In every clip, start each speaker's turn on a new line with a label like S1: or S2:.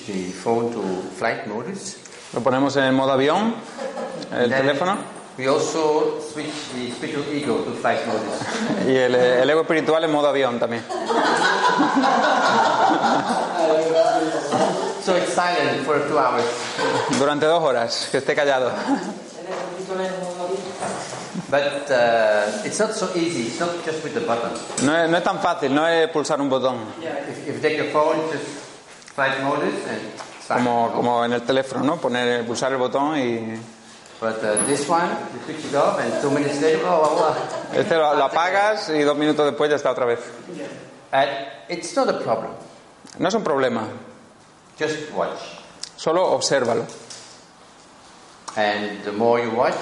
S1: phone to flight modus.
S2: Lo ponemos en el modo avión, el
S1: Then
S2: teléfono,
S1: We also switch the spiritual ego to flight modus.
S2: y el, el ego espiritual en modo avión también.
S1: So it's silent for two hours.
S2: Durante dos horas, que esté callado.
S1: But uh, it's not so easy. It's not just with the button.
S2: No es, no es tan fácil, no es pulsar un botón,
S1: If, if you take your phone, just flight modus and silent.
S2: como, como en el teléfono, ¿no? Poner, pulsar el botón y...
S1: But uh, this one, you switch it off, and two minutes later, oh, blah blah blah.
S2: Este lo, lo apagas y dos minutos después ya está otra vez.
S1: And it's not a problem.
S2: No es un problema,
S1: Just watch.
S2: solo obsérvalo.
S1: And the more you watch,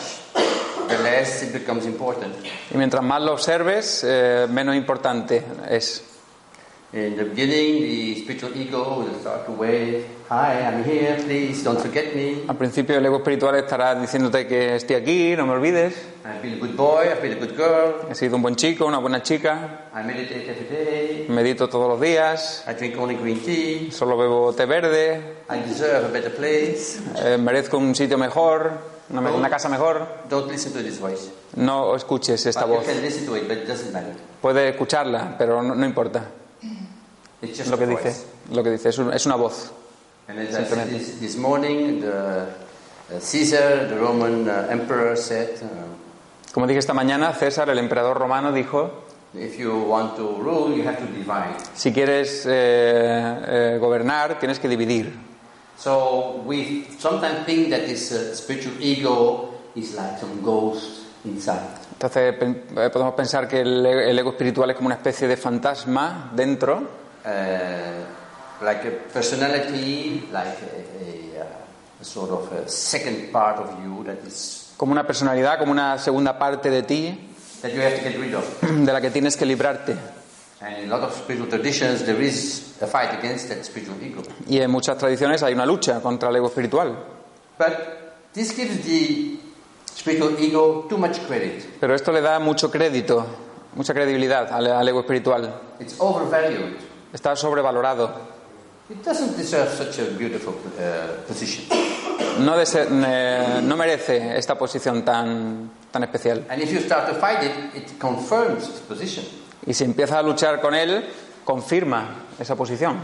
S1: the less it becomes important.
S2: Y mientras más lo observes, eh, menos importante es.
S1: In the beginning, the spiritual ego will start to wave, Hi, I'm here, please don't forget me.
S2: Al principio el ego espiritual estará diciéndote que estoy aquí, no me olvides,
S1: I've been a good boy, I've been a good girl,
S2: he sido un buen chico, una buena chica,
S1: I meditate every day,
S2: medito todos los días,
S1: I drink only green tea,
S2: solo bebo té verde,
S1: I deserve a better place.
S2: eh, merezco un sitio mejor, una, me- una casa mejor.
S1: Don't listen to this voice.
S2: No escuches esta
S1: But you
S2: voz.
S1: can listen to it, but it doesn't matter.
S2: Puedes escucharla, pero no, no importa
S1: It's just
S2: lo que
S1: a voice.
S2: dice. Lo que dice es, un- es una voz.
S1: And as I said
S2: Simplemente.
S1: this, this morning, the, uh, Caesar, the Roman uh, emperor, said, uh,
S2: Como dije esta mañana, César, el emperador romano, dijo,
S1: if you want to rule, you have to divide.
S2: si quieres eh, eh, gobernar, tienes que dividir.
S1: So we sometimes think that this uh, spiritual ego is like some ghost inside.
S2: Entonces pen- eh, podemos pensar que el, e- el ego espiritual es como una especie de fantasma dentro,
S1: Uh, like a personality, like a, a, uh, a sort of a second part of you that is
S2: como una personalidad, como una segunda parte de ti
S1: that you have to get rid of.
S2: de la que tienes que librarte.
S1: And in a lot of spiritual traditions, there is a fight against that spiritual ego.
S2: Y en muchas tradiciones hay una lucha contra el ego espiritual.
S1: But this gives the spiritual ego too much credit.
S2: Pero esto le da mucho crédito, mucha credibilidad al, al ego espiritual.
S1: It's overvalued.
S2: Está sobrevalorado.
S1: It doesn't deserve such a beautiful uh, position.
S2: No, dese- eh, no merece esta posición tan, tan especial.
S1: And if you start to fight it, it confirms its position.
S2: Y si empiezas a luchar con él, confirma esa posición.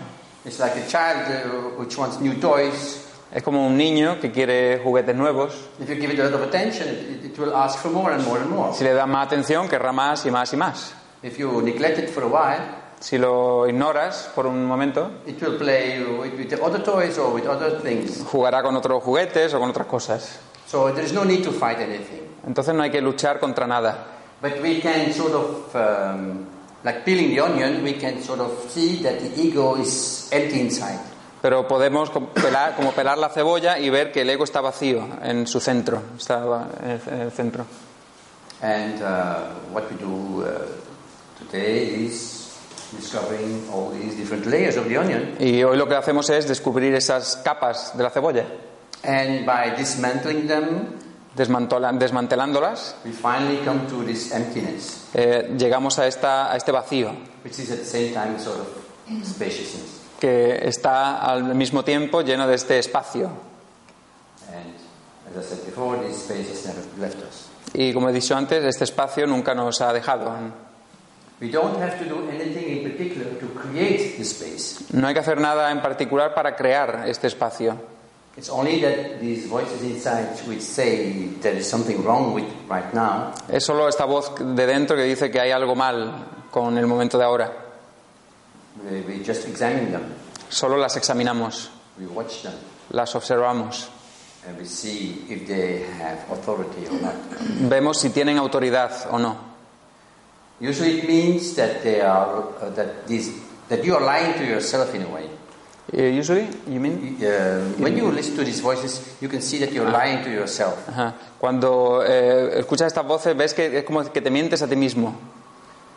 S1: It's like a child uh, which wants new toys.
S2: Es como un niño que quiere juguetes nuevos.
S1: If you give it a lot of attention, it, it will ask for more and more and more.
S2: Si le das más atención, querrá más y más y más.
S1: If you neglect it for a while,
S2: Si lo ignoras por un momento,
S1: it will play with, with the other toys or with other things.
S2: jugará con otros juguetes o con otras cosas.
S1: So there is no need to fight anything.
S2: Entonces no hay que luchar contra nada.
S1: But we can sort of, um, like peeling the onion, we can sort of see that the ego is empty inside.
S2: Pero podemos com- pelar, como pelar la cebolla y ver que el ego está vacío en su centro. Está va- en el- en el centro.
S1: And uh, what we do uh, today is discovering all these different layers of the onion.
S2: Y hoy lo que hacemos es descubrir esas capas de la cebolla.
S1: And by dismantling them,
S2: Desmantola- desmantelándolas,
S1: we finally come to this emptiness,
S2: eh, llegamos a, esta, a este vacío
S1: which is at the same time sort of spaciousness.
S2: que está al mismo tiempo lleno de este espacio.
S1: And as I said before, this space has never left us.
S2: Y como he dicho antes, este espacio nunca nos ha dejado.
S1: We don't have to do anything in particular to create this space.
S2: No hay que hacer nada en particular para crear este espacio.
S1: It's only that these voices inside which say there is something wrong with right now,
S2: Es solo esta voz de dentro que dice que hay algo mal con el momento de ahora.
S1: we, we just examine them,
S2: Solo las examinamos,
S1: we watch them,
S2: las observamos.
S1: and we see if they have authority or not.
S2: Vemos si tienen autoridad o no.
S1: Usually, it means that they are uh, that these that you are lying to yourself in a way.
S2: Eh, usually, you mean?
S1: Uh, when you listen to these voices, you can see that you're lying to yourself.
S2: Ajá. Cuando eh, escuchas estas voces ves que es como que te mientes a ti mismo.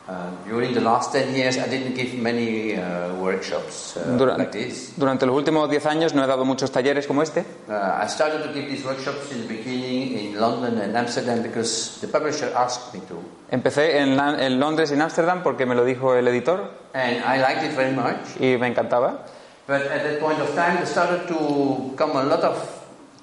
S1: Uh, during the last ten years, I didn't give many uh, workshops uh,
S2: Dura-
S1: like this.
S2: durante los últimos 10 años no he dado muchos talleres como este.
S1: Uh, I started to give these workshops in the beginning in London and Amsterdam because the publisher asked me to.
S2: Empecé en, la- en Londres y en Ámsterdam porque me lo dijo el editor
S1: And I liked it very much.
S2: y me encantaba.
S1: But at that point of time, there started to come a lot of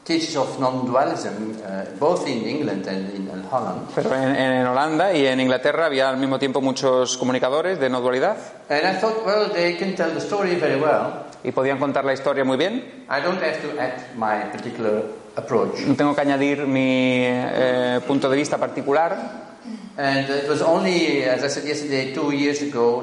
S1: teachings of non-dualism, uh, both in England and in and Holland.
S2: Pero en, en Holanda y en Inglaterra había al mismo tiempo muchos comunicadores de no dualidad
S1: And I thought, well, they can tell the story very well.
S2: y podían contar la historia muy bien.
S1: I don't have to add my particular approach.
S2: No tengo que añadir mi eh, punto de vista particular.
S1: And it was only, as I said yesterday, two years ago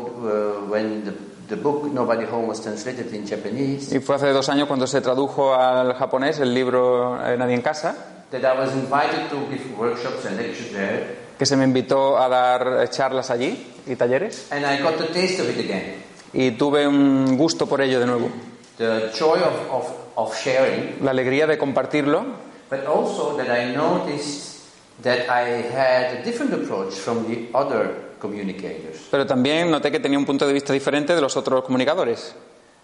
S1: uh, when the, the book Nobody Home was translated in Japanese
S2: Y fue hace dos años cuando se tradujo al japonés el libro eh, Nadie en Casa,
S1: that I was invited to give workshops and lectures there.
S2: que se me invitó a dar eh, charlas allí y talleres.
S1: And I got the taste of it again.
S2: Y tuve un gusto por ello de nuevo.
S1: The joy of, of, of sharing,
S2: La alegría de compartirlo
S1: but also that I noticed that I had a different approach from the other communicators.
S2: Pero también noté que tenía un punto de vista diferente de los otros comunicadores.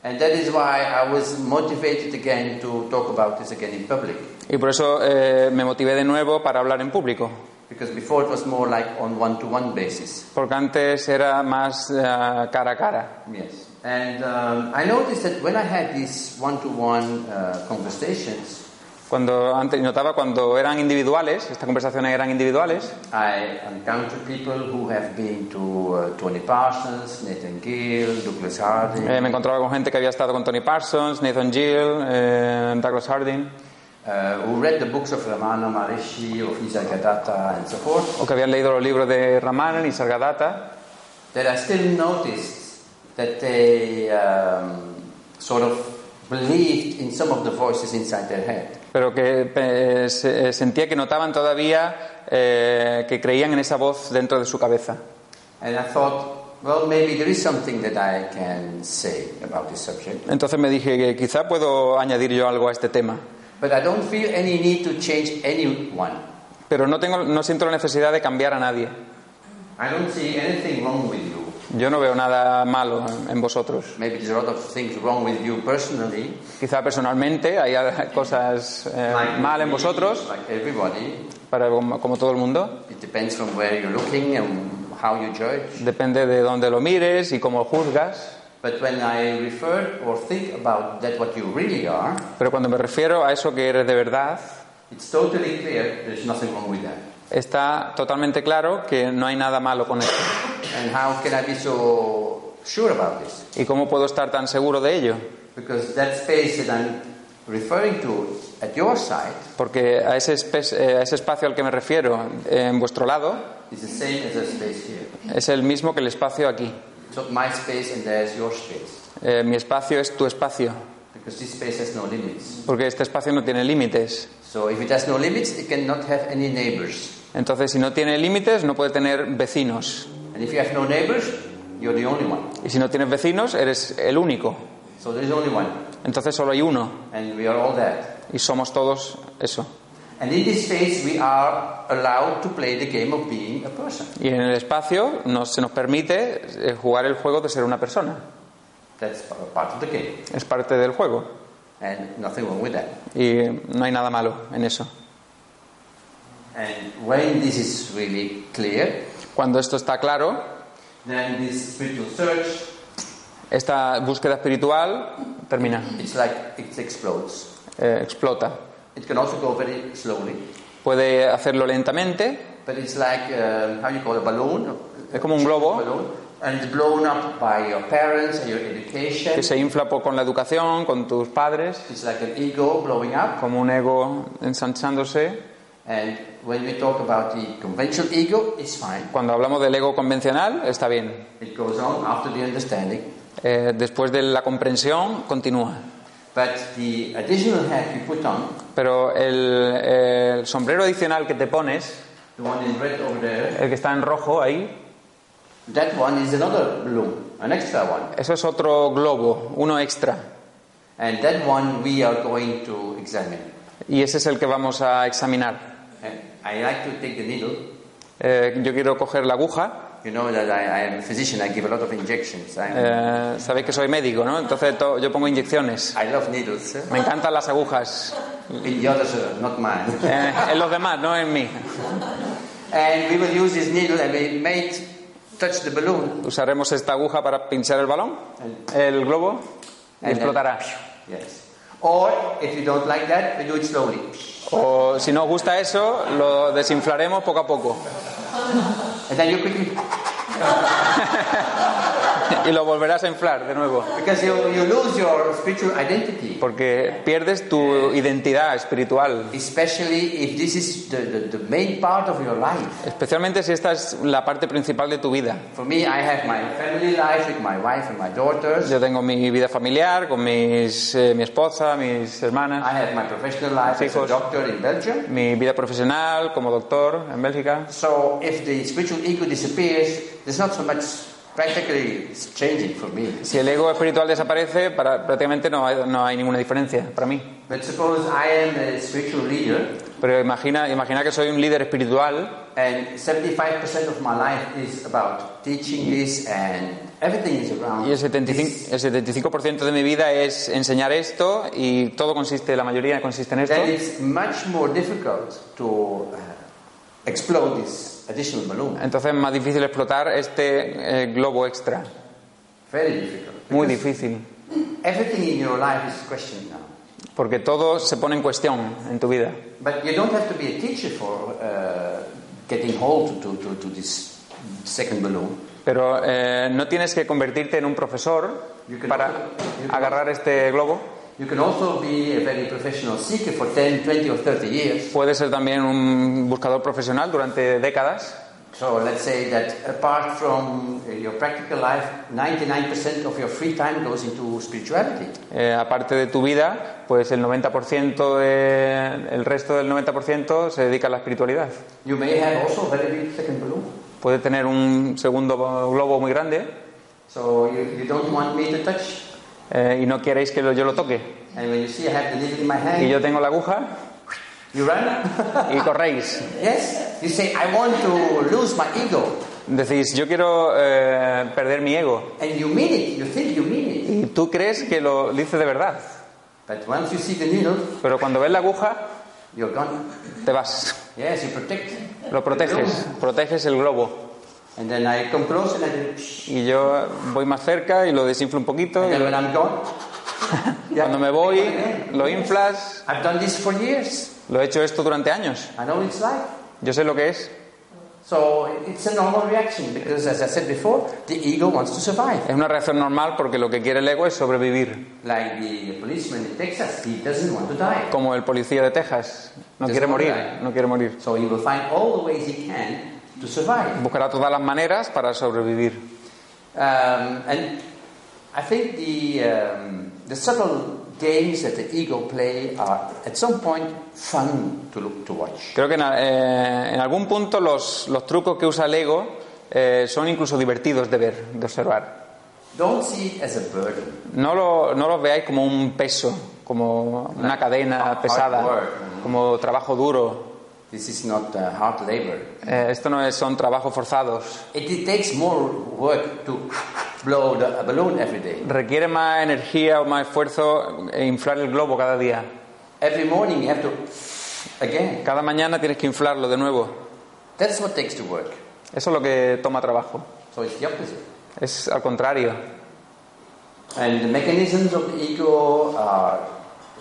S1: And that is why I was motivated again to talk about this again in public.
S2: Y por eso eh, me motivé de nuevo para hablar en público.
S1: Because before it was more like on one to one basis.
S2: Porque antes era más eh, cara a cara.
S1: Yes. And um, I noticed that when I had these one to one conversations,
S2: Cuando antes notaba cuando eran individuales, estas conversaciones eran individuales,
S1: I encountered people who have been to uh, Tony Parsons, Nathan Gill, Douglas Harding,
S2: eh, me encontraba con gente que había estado con Tony Parsons, Nathan Gill, eh, Douglas Harding,
S1: uh, who read the books of Ramana Maharishi, of Isagadatta, and so forth,
S2: o que habían leído los libros de Raman y Sargadatta,
S1: that I still noticed that they um, sort of believed in some of the voices inside their head.
S2: pero que eh, se- eh, sentía que notaban todavía eh, que creían en esa voz dentro de su cabeza.
S1: And I thought, well, maybe there is something that I can say about this subject.
S2: Entonces me dije que quizá puedo añadir yo algo a este tema,
S1: But I don't feel any need to change anyone.
S2: pero no, tengo, no siento la necesidad de cambiar a nadie.
S1: I don't see anything wrong with you.
S2: Yo no veo nada malo en- en vosotros.
S1: Maybe there's a lot of things wrong with you personally,
S2: Quizá personalmente haya cosas eh, mal en vosotros,
S1: like everybody.
S2: para, como, como todo el mundo.
S1: It depends from where you're looking and how you judge.
S2: Depende de dónde lo mires y cómo juzgas.
S1: But when I refer or think about that, what you really are,
S2: Pero cuando me refiero a eso que eres de verdad,
S1: it's totally clear there's nothing wrong with that.
S2: está totalmente claro que no hay nada malo con eso.
S1: And how can I be so sure about this?
S2: ¿Y cómo puedo estar tan seguro de ello?
S1: Because that space that I'm referring to at your side
S2: Porque a ese, espe- eh, a ese espacio al que me refiero, eh, en vuestro lado,
S1: is the same as the space here.
S2: es el mismo que el espacio aquí.
S1: So my space and there's your space.
S2: Eh, mi espacio es tu espacio,
S1: Because this space has no limits.
S2: porque este espacio no tiene límites.
S1: So if it has no limits, it cannot have any neighbors.
S2: Entonces, si no tiene límites, no puede tener vecinos.
S1: And if you have no neighbors, you're the only one.
S2: Y si no tienes vecinos, eres el único.
S1: So there is only one.
S2: Entonces solo hay uno
S1: And we are all that.
S2: y somos todos eso.
S1: And in this space, we are allowed to play the game of being a person.
S2: Y en el espacio nos- se nos permite eh, jugar el juego de ser una persona.
S1: That's p- part of the game.
S2: Es parte del juego
S1: And nothing wrong with that.
S2: y eh, no hay nada malo en eso.
S1: And when this is really clear,
S2: Cuando esto está claro,
S1: then this spiritual search,
S2: esta búsqueda espiritual termina,
S1: it's like it explodes.
S2: eh, explota.
S1: It can also go very slowly.
S2: Puede hacerlo lentamente,
S1: But it's like, uh, how you call it, a balloon?
S2: es como un globo
S1: Balloon, and it's blown up by your parents and your education.
S2: que se infla po- con la educación, con tus padres,
S1: It's like an ego blowing up.
S2: como un ego ensanchándose.
S1: And when we talk about the conventional ego, it's fine.
S2: Cuando hablamos del ego convencional, está bien.
S1: It goes on after the understanding.
S2: Eh, después de la comprensión, continúa.
S1: But the additional hat you put on,
S2: Pero el, el sombrero adicional que te pones,
S1: the one in red over there,
S2: el que está en rojo ahí,
S1: that one is another balloon, an extra one.
S2: eso es otro globo, uno extra.
S1: And that one we are going to examine.
S2: Y ese es el que vamos a examinar.
S1: And I like to take the needle.
S2: Eh, yo quiero coger la aguja.
S1: You know that I, I am a physician, I give a lot of injections. I,
S2: Eh, sabéis que soy médico, ¿no? Entonces to- yo pongo inyecciones.
S1: I love needles. eh?
S2: Me encantan las agujas.
S1: In the others, uh, not mine.
S2: Eh, en los demás, no en mí.
S1: And we will use this needle and we may touch the balloon.
S2: Usaremos esta aguja para pinchar el balón, el globo.
S1: And then-
S2: explotará.
S1: yes. Or if you don't like that, you do it slowly.
S2: O si no os gusta eso, lo desinflaremos poco a poco
S1: And then you quickly,
S2: y lo volverás a inflar de nuevo.
S1: because you, you lose your spiritual identity.
S2: Porque pierdes tu identidad espiritual.
S1: Especially if this is the, the, the main part of your life.
S2: Especialmente si esta es la parte principal de tu vida.
S1: For me, I have my family life with my wife and my daughters.
S2: Yo tengo mi vida familiar con mis, eh, mi esposa, mis hermanas,
S1: I have my professional life as a
S2: Hijos.
S1: doctor in Belgium.
S2: mi vida profesional como doctor en Bélgica.
S1: So if the spiritual ego disappears, there's not so much practically changing for me.
S2: Si el ego espiritual desaparece, para- prácticamente no hay, no hay ninguna diferencia para mí.
S1: But suppose I am a spiritual leader
S2: Pero imagina, imagina que soy un líder espiritual
S1: and 75% of my life is about teaching this and everything is around.
S2: y el
S1: this.
S2: 75%, el 75 de mi vida es enseñar esto y todo consiste, la mayoría consiste en esto.
S1: Then it's much more difficult to uh, explode this additional balloon.
S2: Entonces es más difícil explotar este eh, globo extra.
S1: Very difficult.
S2: Muy difícil.
S1: Everything in your life is questioned now.
S2: Porque todo se pone en cuestión en tu vida.
S1: But you don't have to be a teacher for uh, getting hold to, to, to this second balloon.
S2: Pero eh, no tienes que convertirte en un profesor
S1: You can
S2: para
S1: also- you can
S2: agarrar este globo.
S1: You can also be a very professional seeker for 10, 20, or 30 years.
S2: Puedes ser también un buscador profesional durante décadas.
S1: So let's say that apart from uh, your practical life, 99% of your free time goes into spirituality.
S2: Eh, aparte de tu vida, pues el 90%, de- el resto del 90% se dedica a la espiritualidad.
S1: You may have also a very big second balloon.
S2: Puedes tener un segundo globo muy grande
S1: So you, you don't want me to touch.
S2: eh, y no queréis que lo- yo lo toque.
S1: And when you see I have the needle in my hand,
S2: Y yo tengo la aguja
S1: you run.
S2: y corréis.
S1: yes? You say, I want to lose my ego.
S2: Decís, yo quiero eh, perder mi ego.
S1: And you mean it. You think you mean it.
S2: Y tú crees que lo dices de verdad.
S1: But once you see the needle,
S2: Pero cuando ves la aguja,
S1: you're gone.
S2: te vas.
S1: Yes, you protect.
S2: Lo proteges, proteges el globo.
S1: And then I come close and I do... "Shh."
S2: Y yo voy más cerca y lo desinflo un poquito.
S1: And
S2: y
S1: then when I'm gone... yeah.
S2: cuando me voy, lo inflas.
S1: I've done this for years.
S2: Lo he hecho esto durante años.
S1: I know what it's like.
S2: Yo sé lo que es.
S1: So it's a normal reaction because, as I said before, the ego wants to survive.
S2: Es una reacción normal porque lo que quiere el ego es sobrevivir.
S1: Like the policeman in Texas, he doesn't want to die.
S2: Como el policía de Texas. No
S1: Es
S2: quiere morir,
S1: verdad.
S2: no quiere morir.
S1: So he will find all the ways he can to survive.
S2: Buscará todas las maneras para sobrevivir.
S1: Um, and I think the, um, the subtle games that the ego play are, at some point, fun to look to watch.
S2: Creo que en, a- eh, en algún punto los, los trucos que usa el ego eh, son incluso divertidos de ver, de observar.
S1: Don't see it as a burden.
S2: No lo, no los veáis como un peso, como una cadena pesada,
S1: work.
S2: como trabajo duro.
S1: This is not uh, hard labor.
S2: Eh, esto no es, son trabajos forzados.
S1: It, it takes more work to blow the, a balloon every day.
S2: Requiere más energía o más esfuerzo eh, inflar el globo cada día.
S1: Every morning you have to again.
S2: Cada mañana tienes que inflarlo de nuevo.
S1: That's what takes to work.
S2: Eso es lo que toma trabajo.
S1: So it's the opposite.
S2: Es al contrario.
S1: And the mechanisms of the ego are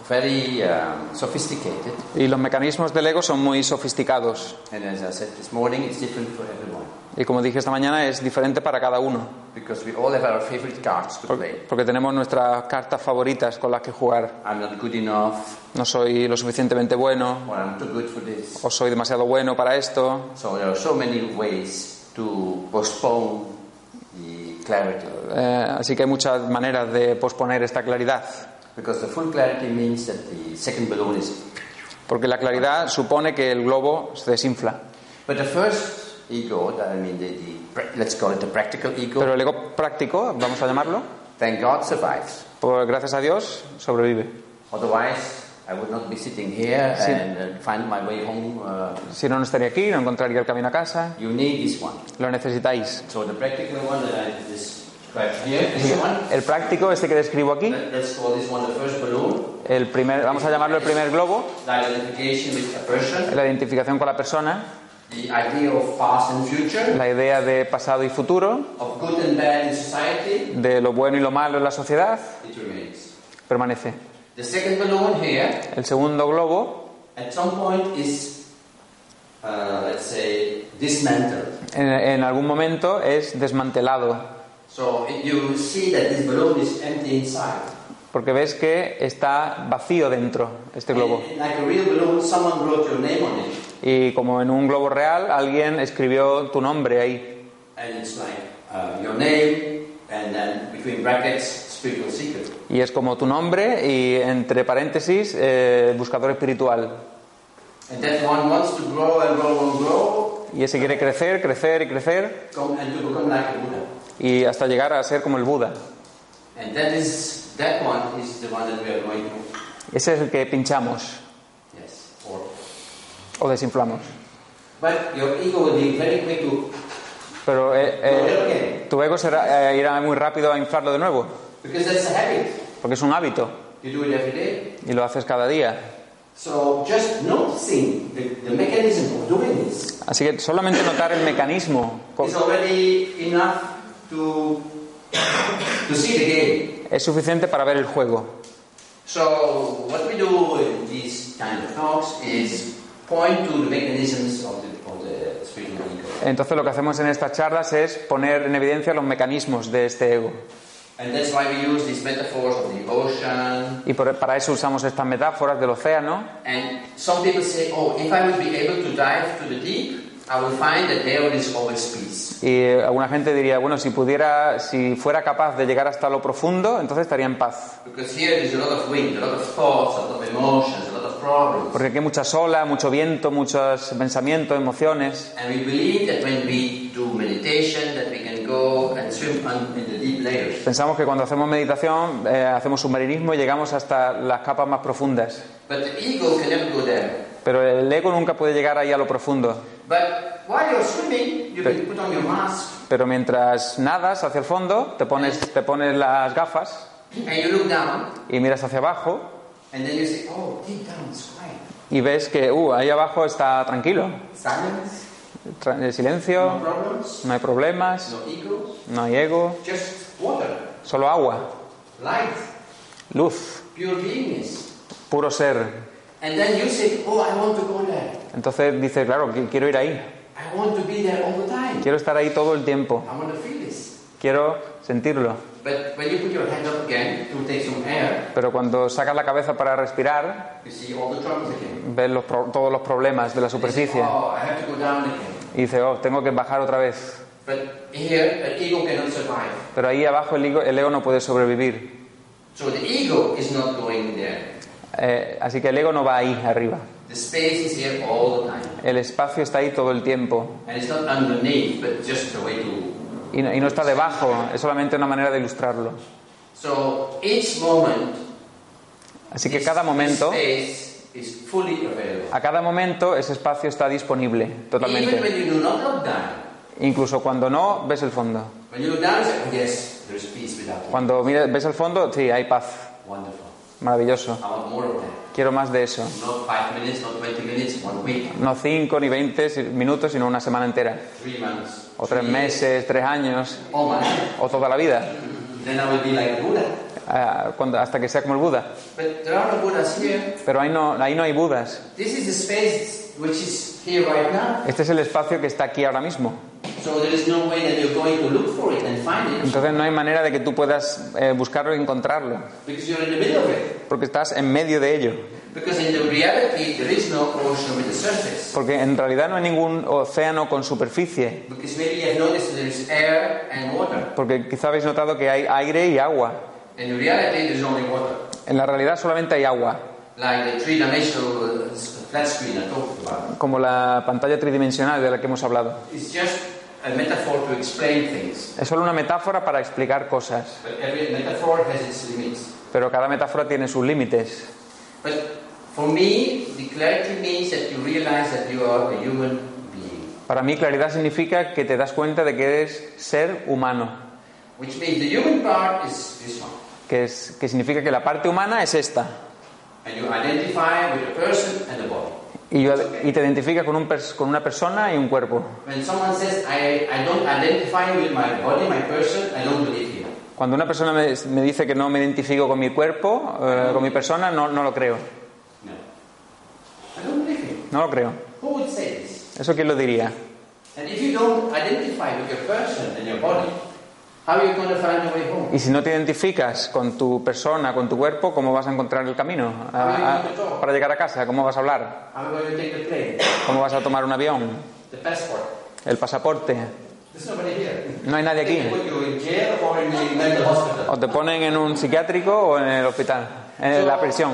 S1: very um, sophisticated.
S2: Y los mecanismos del ego son muy sofisticados.
S1: And as I said this morning, it's different for everyone
S2: Y como dije esta mañana, es diferente para cada uno.
S1: because we all have our favorite cards to play.
S2: Porque tenemos nuestras cartas favoritas con las que jugar.
S1: I'm not good enough,
S2: No soy lo suficientemente bueno,
S1: or I'm too good for this.
S2: o soy demasiado bueno para esto.
S1: So there are so many ways to postpone the clarity
S2: Eh, así que hay muchas maneras de posponer esta claridad.
S1: because the full clarity means that the second balloon is.
S2: Porque la claridad supone que el globo se desinfla.
S1: But the first ego, I mean, the, the pra- let's call it the practical ego.
S2: Pero el ego práctico, vamos a llamarlo,
S1: Thank God survives.
S2: pues gracias a Dios, sobrevive.
S1: Otherwise, I would not be sitting here
S2: Sí.
S1: and uh, find my way home. Uh,
S2: Si no, no estaría aquí, no encontraría el camino a casa.
S1: you need this one.
S2: Lo necesitáis.
S1: So the practical one that I described here, this one,
S2: El práctico, este que describo aquí,
S1: let- let's call this one the first balloon,
S2: el primer, vamos a llamarlo el primer globo,
S1: the identification with a person,
S2: la identificación con la persona,
S1: the idea of past and future,
S2: la idea de pasado y futuro,
S1: of good and bad in society,
S2: de lo bueno y lo malo en la sociedad,
S1: it remains.
S2: permanece.
S1: The second balloon here,
S2: El segundo globo,
S1: at some point, is, uh, let's say, dismantled.
S2: en, en algún momento, es desmantelado,
S1: So it- you see that this balloon is empty inside.
S2: porque ves que está vacío dentro este globo.
S1: And Like a real balloon, someone wrote your name on it,
S2: Y como en un globo real, alguien escribió tu nombre ahí.
S1: and it's like uh, your name, and then between brackets, spiritual secret.
S2: Y es como tu nombre y entre paréntesis, eh, buscador espiritual.
S1: And that one wants to grow and grow and grow,
S2: Y ese quiere crecer, crecer y crecer
S1: come, and to become like a Buddha.
S2: y hasta llegar a ser como el Buda.
S1: And that is that one is the one that we are going to.
S2: Ese es el que pinchamos
S1: Yes. Or,
S2: o desinflamos.
S1: but your ego will be very quick to
S2: Pero eh,
S1: grow
S2: eh,
S1: it again
S2: tu ego será, eh, irá muy rápido a inflarlo de nuevo,
S1: because that's a habit.
S2: porque es un hábito
S1: You do it every day.
S2: y lo haces cada día.
S1: So just noticing the, the mechanism of doing this
S2: Así que solamente notar el mecanismo co-
S1: is already enough to to see the game.
S2: es suficiente para ver el juego.
S1: So what we do in these kind of talks is point to the mechanisms of the of the spiritual ego.
S2: Entonces lo que hacemos en estas charlas es poner en evidencia los mecanismos de este ego.
S1: And that's why we use these metaphors of the ocean.
S2: Y por- para eso usamos estas metáforas del océano.
S1: And some people say, oh, if I would be able to dive to the deep, I will find that there is always peace.
S2: Y eh, alguna gente diría, bueno, si pudiera, si fuera capaz de llegar hasta lo profundo, entonces estaría en paz.
S1: Because here there's a lot of wind, a lot of thoughts, a lot of emotions, a lot of problems.
S2: Porque aquí hay muchas olas, mucho viento, muchos pensamientos, emociones.
S1: And we believe that when we do meditation, that we can go and swim on in the deep layers.
S2: Pensamos que cuando hacemos meditación, eh, hacemos submarinismo y llegamos hasta las capas más profundas.
S1: But the ego can never go there.
S2: Pero el ego nunca puede llegar ahí a lo profundo.
S1: But while you're swimming, you can put on your mask
S2: Pero mientras nadas hacia el fondo, te pones, te pones las gafas
S1: and you look down,
S2: y miras hacia abajo
S1: and then you say, oh, deep down it's quiet.
S2: y ves que uh, ahí abajo está tranquilo,
S1: Silence,
S2: tra- el
S1: no
S2: silencio,
S1: problems,
S2: no hay problemas,
S1: no ego,
S2: no hay ego,
S1: just water.
S2: solo agua,
S1: light,
S2: luz,
S1: pure beingness.
S2: puro ser.
S1: And then you say, Oh, I want to go there.
S2: Entonces dices, claro, qui- quiero ir ahí,
S1: I want to be there all the time.
S2: quiero estar ahí todo el tiempo,
S1: I want to feel this.
S2: quiero sentirlo.
S1: But when you put your hand up again to take some air,
S2: Pero cuando sacas la cabeza para respirar,
S1: you see all the troubles again.
S2: ves los pro- todos los problemas de la
S1: You say,
S2: superficie
S1: oh, I have to go down again.
S2: y dices, oh, tengo que bajar otra vez.
S1: But here, an ego cannot survive.
S2: Pero ahí abajo el ego, el ego no puede sobrevivir.
S1: So the ego is not going there.
S2: Eh, así que el ego no va ahí arriba.
S1: The space is here all the time.
S2: El espacio está ahí todo el tiempo.
S1: And it's not underneath, but just a way to.
S2: Y no, y no está debajo, es solamente una manera de ilustrarlo.
S1: So each moment,
S2: Así que
S1: this-
S2: cada
S1: this
S2: momento,
S1: space is fully available.
S2: a cada momento ese espacio está disponible
S1: Even
S2: totalmente.
S1: when you do not look down,
S2: Incluso cuando no ves el fondo.
S1: When you look down, it's like, oh, yes, there is peace without you.
S2: Cuando mira- ves el fondo, sí, hay paz.
S1: Wonderful.
S2: Maravilloso.
S1: I want more of that.
S2: Quiero más de eso.
S1: Not five minutes, not 20 minutes, one week,
S2: No 5 ni 20 si- minutos, sino una semana entera.
S1: three months.
S2: O tres
S1: three years,
S2: meses, tres años,
S1: All my life.
S2: o toda la vida.
S1: Then I will be like a Buddha.
S2: Ah, cuando- hasta que sea como el Buda.
S1: But there are no Buddhas here.
S2: Pero ahí no, ahí no hay Budas.
S1: This is the space which is here right now.
S2: Este es el espacio que está aquí ahora mismo.
S1: So there is no way that you're going to look for it and find it
S2: Entonces no hay manera de que tú puedas eh, buscarlo y encontrarlo,
S1: because you're in the middle of it.
S2: porque estás en medio de ello.
S1: Because in the reality, there is no ocean with a surface.
S2: Porque en realidad no hay ningún océano con superficie,
S1: Because maybe you have noticed that there is air and water.
S2: porque quizá habéis notado que hay aire y agua.
S1: In the reality, there is only water.
S2: En la realidad solamente hay agua,
S1: like the three-dimensional uh, s- flat screen I talked about.
S2: como la pantalla tridimensional de la que hemos hablado.
S1: It's just a metaphor to explain things,
S2: Es solo una metáfora para explicar cosas,
S1: but every metaphor has its limits.
S2: pero cada metáfora tiene sus límites.
S1: But for me, the clarity means that you realize that you are a human being,
S2: Para mí claridad significa que te das cuenta de que eres ser humano,
S1: which means the human part is this one,
S2: que, es, que significa que la parte humana es esta,
S1: and you identify with a person and a body.
S2: y, yo- y te identificas con, un pers- con una persona y un cuerpo.
S1: When someone says, I, I don't identify with my body, my person, I don't believe him.
S2: Cuando una persona me, me dice que no me identifico con mi cuerpo, eh, con mi persona, no, no lo creo.
S1: No. I don't believe it.
S2: No lo creo.
S1: Who would say this?
S2: ¿Eso quién lo diría?
S1: And if you don't identify with your person and your body, how are you going to find a way home?
S2: Y si no te identificas con tu persona, con tu cuerpo, ¿cómo vas a encontrar el camino a- a- para llegar a casa? ¿Cómo vas a hablar?
S1: How are you going to take the plane?
S2: ¿Cómo vas a tomar un avión?
S1: The passport?
S2: ¿El pasaporte?
S1: There's nobody here.
S2: No hay nadie
S1: They
S2: aquí.
S1: put you in jail or in the mental hospital.
S2: O te ponen en un psiquiátrico o en el hospital, en la prisión.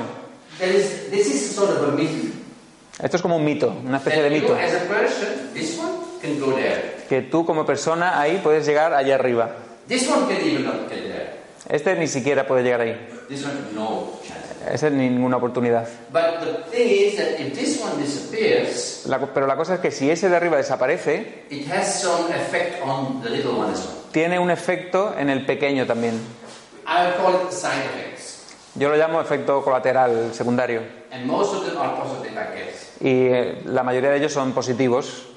S1: There is, this is sort of a myth.
S2: Esto es como un mito, una especie de
S1: That you
S2: mito.
S1: as a person, this one can go there.
S2: Que tú como persona ahí puedes llegar allá arriba.
S1: This one can even not get there.
S2: Este ni siquiera puede llegar ahí.
S1: This one, no chance.
S2: Esa es ninguna oportunidad.
S1: But the thing is that if this one disappears,
S2: La co- pero la cosa es que si ese de arriba desaparece,
S1: it has some effect on the little one as well.
S2: tiene un efecto en el pequeño también.
S1: I call it side effects.
S2: Yo lo llamo efecto colateral secundario.
S1: And most of them are positive, I guess.
S2: Y eh, la mayoría de ellos son positivos.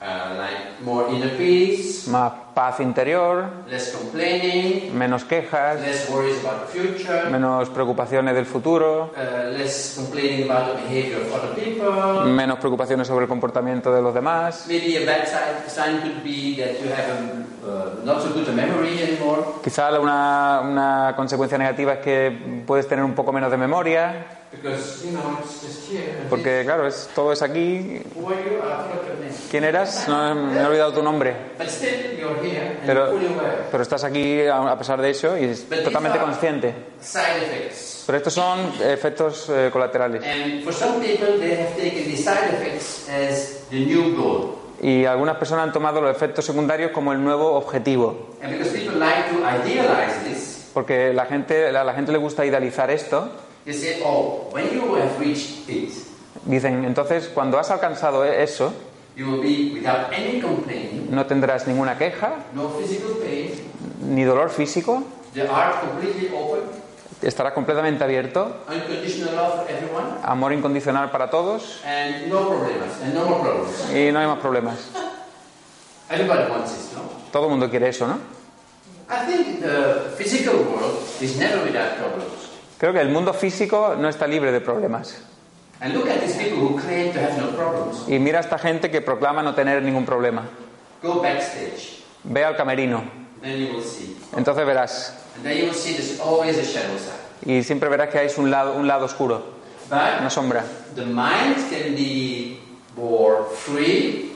S1: Uh, like more inner peace,
S2: Más paz interior,
S1: less complaining,
S2: menos quejas,
S1: less worries about the future,
S2: menos preocupaciones del futuro,
S1: uh, less complaining about the behavior of other people.
S2: menos preocupaciones sobre el comportamiento de los demás.
S1: Maybe a bad side, sign could be that you have a, uh, not so good a memory anymore
S2: Quizá la- una, una consecuencia negativa es que puedes tener un poco menos de memoria,
S1: because you know it's just here. and
S2: porque claro, es, todo es aquí.
S1: this- Who are you? I forgot your name.
S2: ¿Quién eras? No, me he olvidado tu nombre.
S1: But still, you're here and
S2: Pero,
S1: you're fully aware.
S2: pero estás aquí a a pesar de eso y es totalmente consciente.
S1: Side effects.
S2: Pero estos son efectos eh, colaterales.
S1: And for some people, they have taken the side effects as the new goal.
S2: Y algunas personas han tomado los efectos secundarios como el nuevo objetivo.
S1: And because people like to idealize this,
S2: Porque la gente, a la gente le gusta idealizar esto.
S1: they say, oh, when you have reached it,
S2: Dicen, entonces, cuando has alcanzado e- eso,
S1: you will be without any complaining,
S2: no tendrás ninguna queja,
S1: no physical pain,
S2: ni dolor físico,
S1: the heart completely open,
S2: estarás completamente abierto,
S1: unconditional love for everyone,
S2: amor incondicional para todos
S1: and no problems, and no more problems.
S2: y no hay más problemas.
S1: Everybody wants this, no?
S2: Todo el mundo quiere eso, ¿no?
S1: I think the physical world is never without problems.
S2: Creo que el mundo físico no está libre de problemas.
S1: And look at these people who claim to have no problems.
S2: Y mira a esta gente que proclama no tener ningún problema.
S1: Go backstage,
S2: Ve al camerino,
S1: then you will see.
S2: entonces verás.
S1: And then you will see there's always a shadow side.
S2: Y siempre verás que hay un lado, un lado oscuro,
S1: But
S2: una sombra.
S1: the mind can be more free.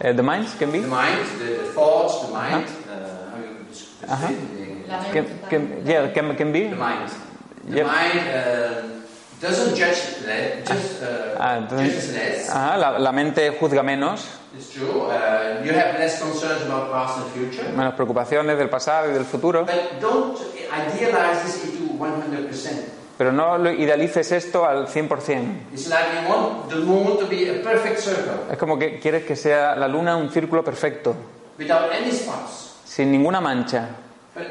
S2: Eh, ¿The minds can
S1: The
S2: be?
S1: mind, the, the thoughts, the mind. Uh, how you describe
S2: Uh-huh.
S1: it?
S2: Can, can- yeah, can- can
S1: The
S2: be?
S1: mind. The
S2: Yep.
S1: mind uh, doesn't judge less. Just, uh,
S2: Ah, entonces-
S1: judges less.
S2: Ajá, la- la mente juzga menos,
S1: It's true. Uh, you have less concerns about past and future.
S2: menos preocupaciones del pasado y del futuro.
S1: But don't idealize this into 100%.
S2: Pero no lo idealices esto al 100%.
S1: It's like you want the moon to be a perfect circle
S2: Es como que quieres que sea la luna un círculo perfecto,
S1: without any spots.
S2: sin ninguna mancha.
S1: But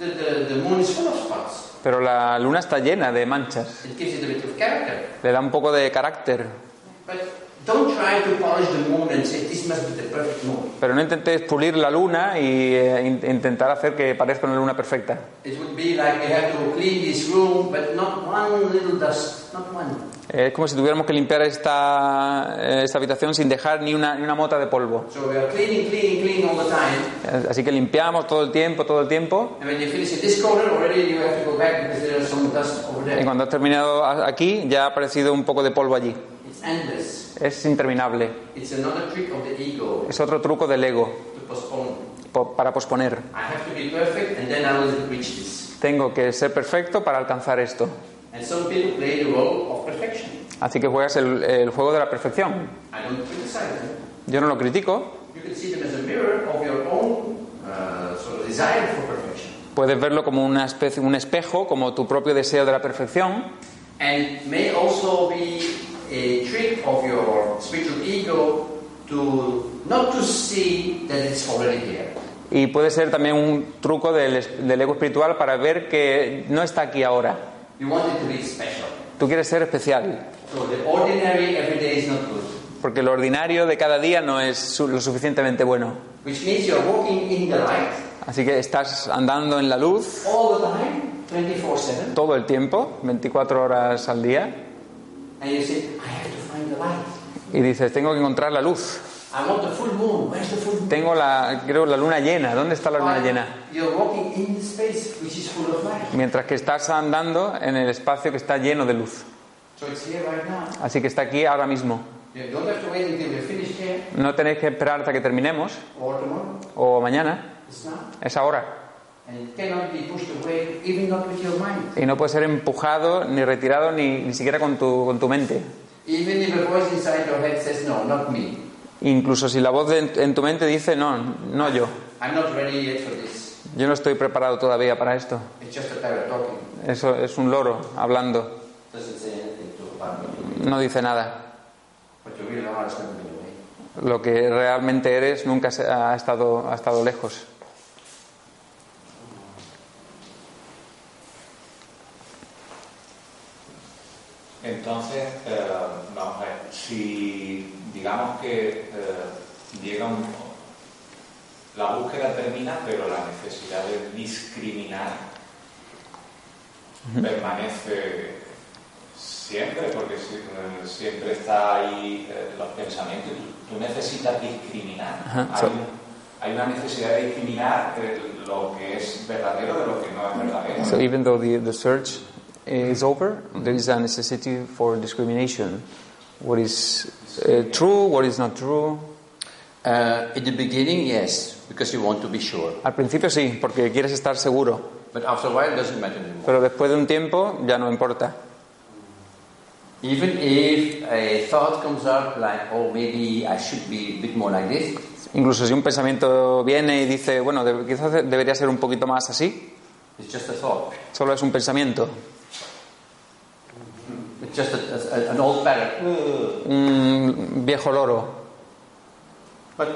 S1: the, the, the moon is full of spots.
S2: Pero la luna está llena de manchas.
S1: It gives it a bit of character.
S2: Le da un poco de carácter.
S1: But don't try to polish the moon and say this must be the perfect moon.
S2: Pero no intentes pulir la luna y eh, in- intentar hacer que parezca una luna perfecta.
S1: It would be like we have to clean this room, but not one little dust, not one.
S2: Eh, Es como si tuviéramos que limpiar esta, eh, esta habitación sin dejar ni una, ni una mota de polvo.
S1: So we are cleaning, cleaning, cleaning all the time.
S2: Eh, Así que limpiamos todo el tiempo, todo el tiempo.
S1: And when you finish in this corner, already you have to go back because there is some dust over
S2: Y
S1: there.
S2: cuando has terminado a- aquí, ya ha aparecido un poco de polvo allí.
S1: It's endless.
S2: Es interminable.
S1: It's another trick of the ego
S2: Es otro truco del ego.
S1: to postpone.
S2: po- para posponer.
S1: I have to be perfect and then I will reach this.
S2: Tengo que ser perfecto para alcanzar esto.
S1: And some people play the role of perfection.
S2: Así que juegas el, el juego de la perfección.
S1: I don't criticize them.
S2: Yo no lo critico,
S1: You can see them as a mirror of your own uh, sort of desire for perfection.
S2: puedes verlo como una especie, un espejo, como tu propio deseo de la perfección,
S1: And may also be a trick of your spiritual ego to not to see that it's already here.
S2: y puede ser también un truco del, es- del ego espiritual para ver que no está aquí ahora.
S1: You want it to be special.
S2: Tú quieres ser especial,
S1: So the ordinary everyday is not good.
S2: porque lo ordinario de cada día no es su- lo suficientemente bueno.
S1: Which means you're walking in the light,
S2: Así que estás andando en la luz
S1: all the time, 24 7.
S2: todo el tiempo, 24 horas al día,
S1: And you say, I have to find the light.
S2: y dices, tengo que encontrar la luz.
S1: I want the full moon. Where's the full moon?
S2: Tengo la, creo, la luna llena. ¿Dónde está la luna
S1: While
S2: llena?
S1: You're walking in space which is full of light.
S2: Mientras que estás andando en el espacio que está lleno de luz.
S1: So it's here right now.
S2: Así que está aquí ahora mismo.
S1: You don't have to wait until we're finished here
S2: No tenéis que esperar hasta que terminemos,
S1: or tomorrow.
S2: o mañana,
S1: It's now.
S2: es ahora.
S1: And it cannot be pushed away, even not with your mind.
S2: Y no puede ser empujado, ni retirado, ni, ni siquiera con tu, con tu mente.
S1: Even if a voice inside your head says, No, not me.
S2: Incluso si la voz de- en tu mente dice, no, no yo.
S1: I'm not ready yet for this.
S2: Yo no estoy preparado todavía para esto.
S1: It's just a parrot talking.
S2: Eso es un loro hablando.
S1: Doesn't say anything to about what you,
S2: No dice nada.
S1: what you really are is never been away.
S2: Lo que realmente eres nunca se- ha estado, ha estado lejos.
S3: Entonces, eh, vamos a ver, si digamos que eh, llega un... La búsqueda termina, pero la necesidad de discriminar permanece siempre, porque si- eh, siempre está ahí eh, los pensamientos. Tú, tú necesitas discriminar.
S2: Ajá,
S3: hay,
S2: so-
S3: hay una necesidad de discriminar eh, lo que es verdadero de lo que no es verdadero.
S2: So even though the, the search is over, there is a necessity for discrimination. What is uh, true, what is not true.
S1: Uh, in the beginning, yes, because you want to be sure.
S2: Al principio sí, porque quieres estar seguro,
S1: But after a while, it doesn't matter anymore.
S2: pero después de un tiempo ya no importa.
S1: Even if a thought comes up like, oh, maybe I should be a bit more like this,
S2: Incluso si un pensamiento viene y dice, bueno, de- quizás de- debería ser un poquito más así,
S1: it's just a thought.
S2: solo es un pensamiento.
S1: It's just a, a- an old pattern.
S2: Un viejo loro.
S1: But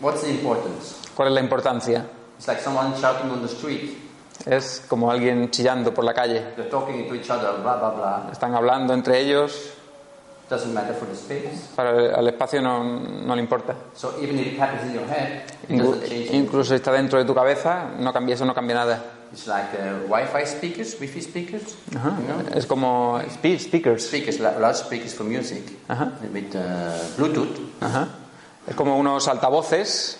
S1: what's the importance?
S2: ¿Cuál es la importancia?
S1: It's like someone shouting on the street.
S2: Es como alguien chillando por la calle.
S1: They're talking to each other, blah, blah, blah.
S2: Están hablando entre ellos,
S1: Doesn't matter for the space.
S2: para el, al espacio no, no le importa.
S1: So even if it happens in your head, it
S2: Inclu-
S1: doesn't change. anything.
S2: incluso si está dentro de tu cabeza, no cambia, eso no cambia nada.
S1: It's like uh, Wi-Fi speakers, Wi-Fi speakers,
S2: Ajá.
S1: you know,
S2: Es como spe- speakers.
S1: speakers, la- loudspeakers for music
S2: Ajá.
S1: with uh, Bluetooth.
S2: Ajá. Es como unos altavoces,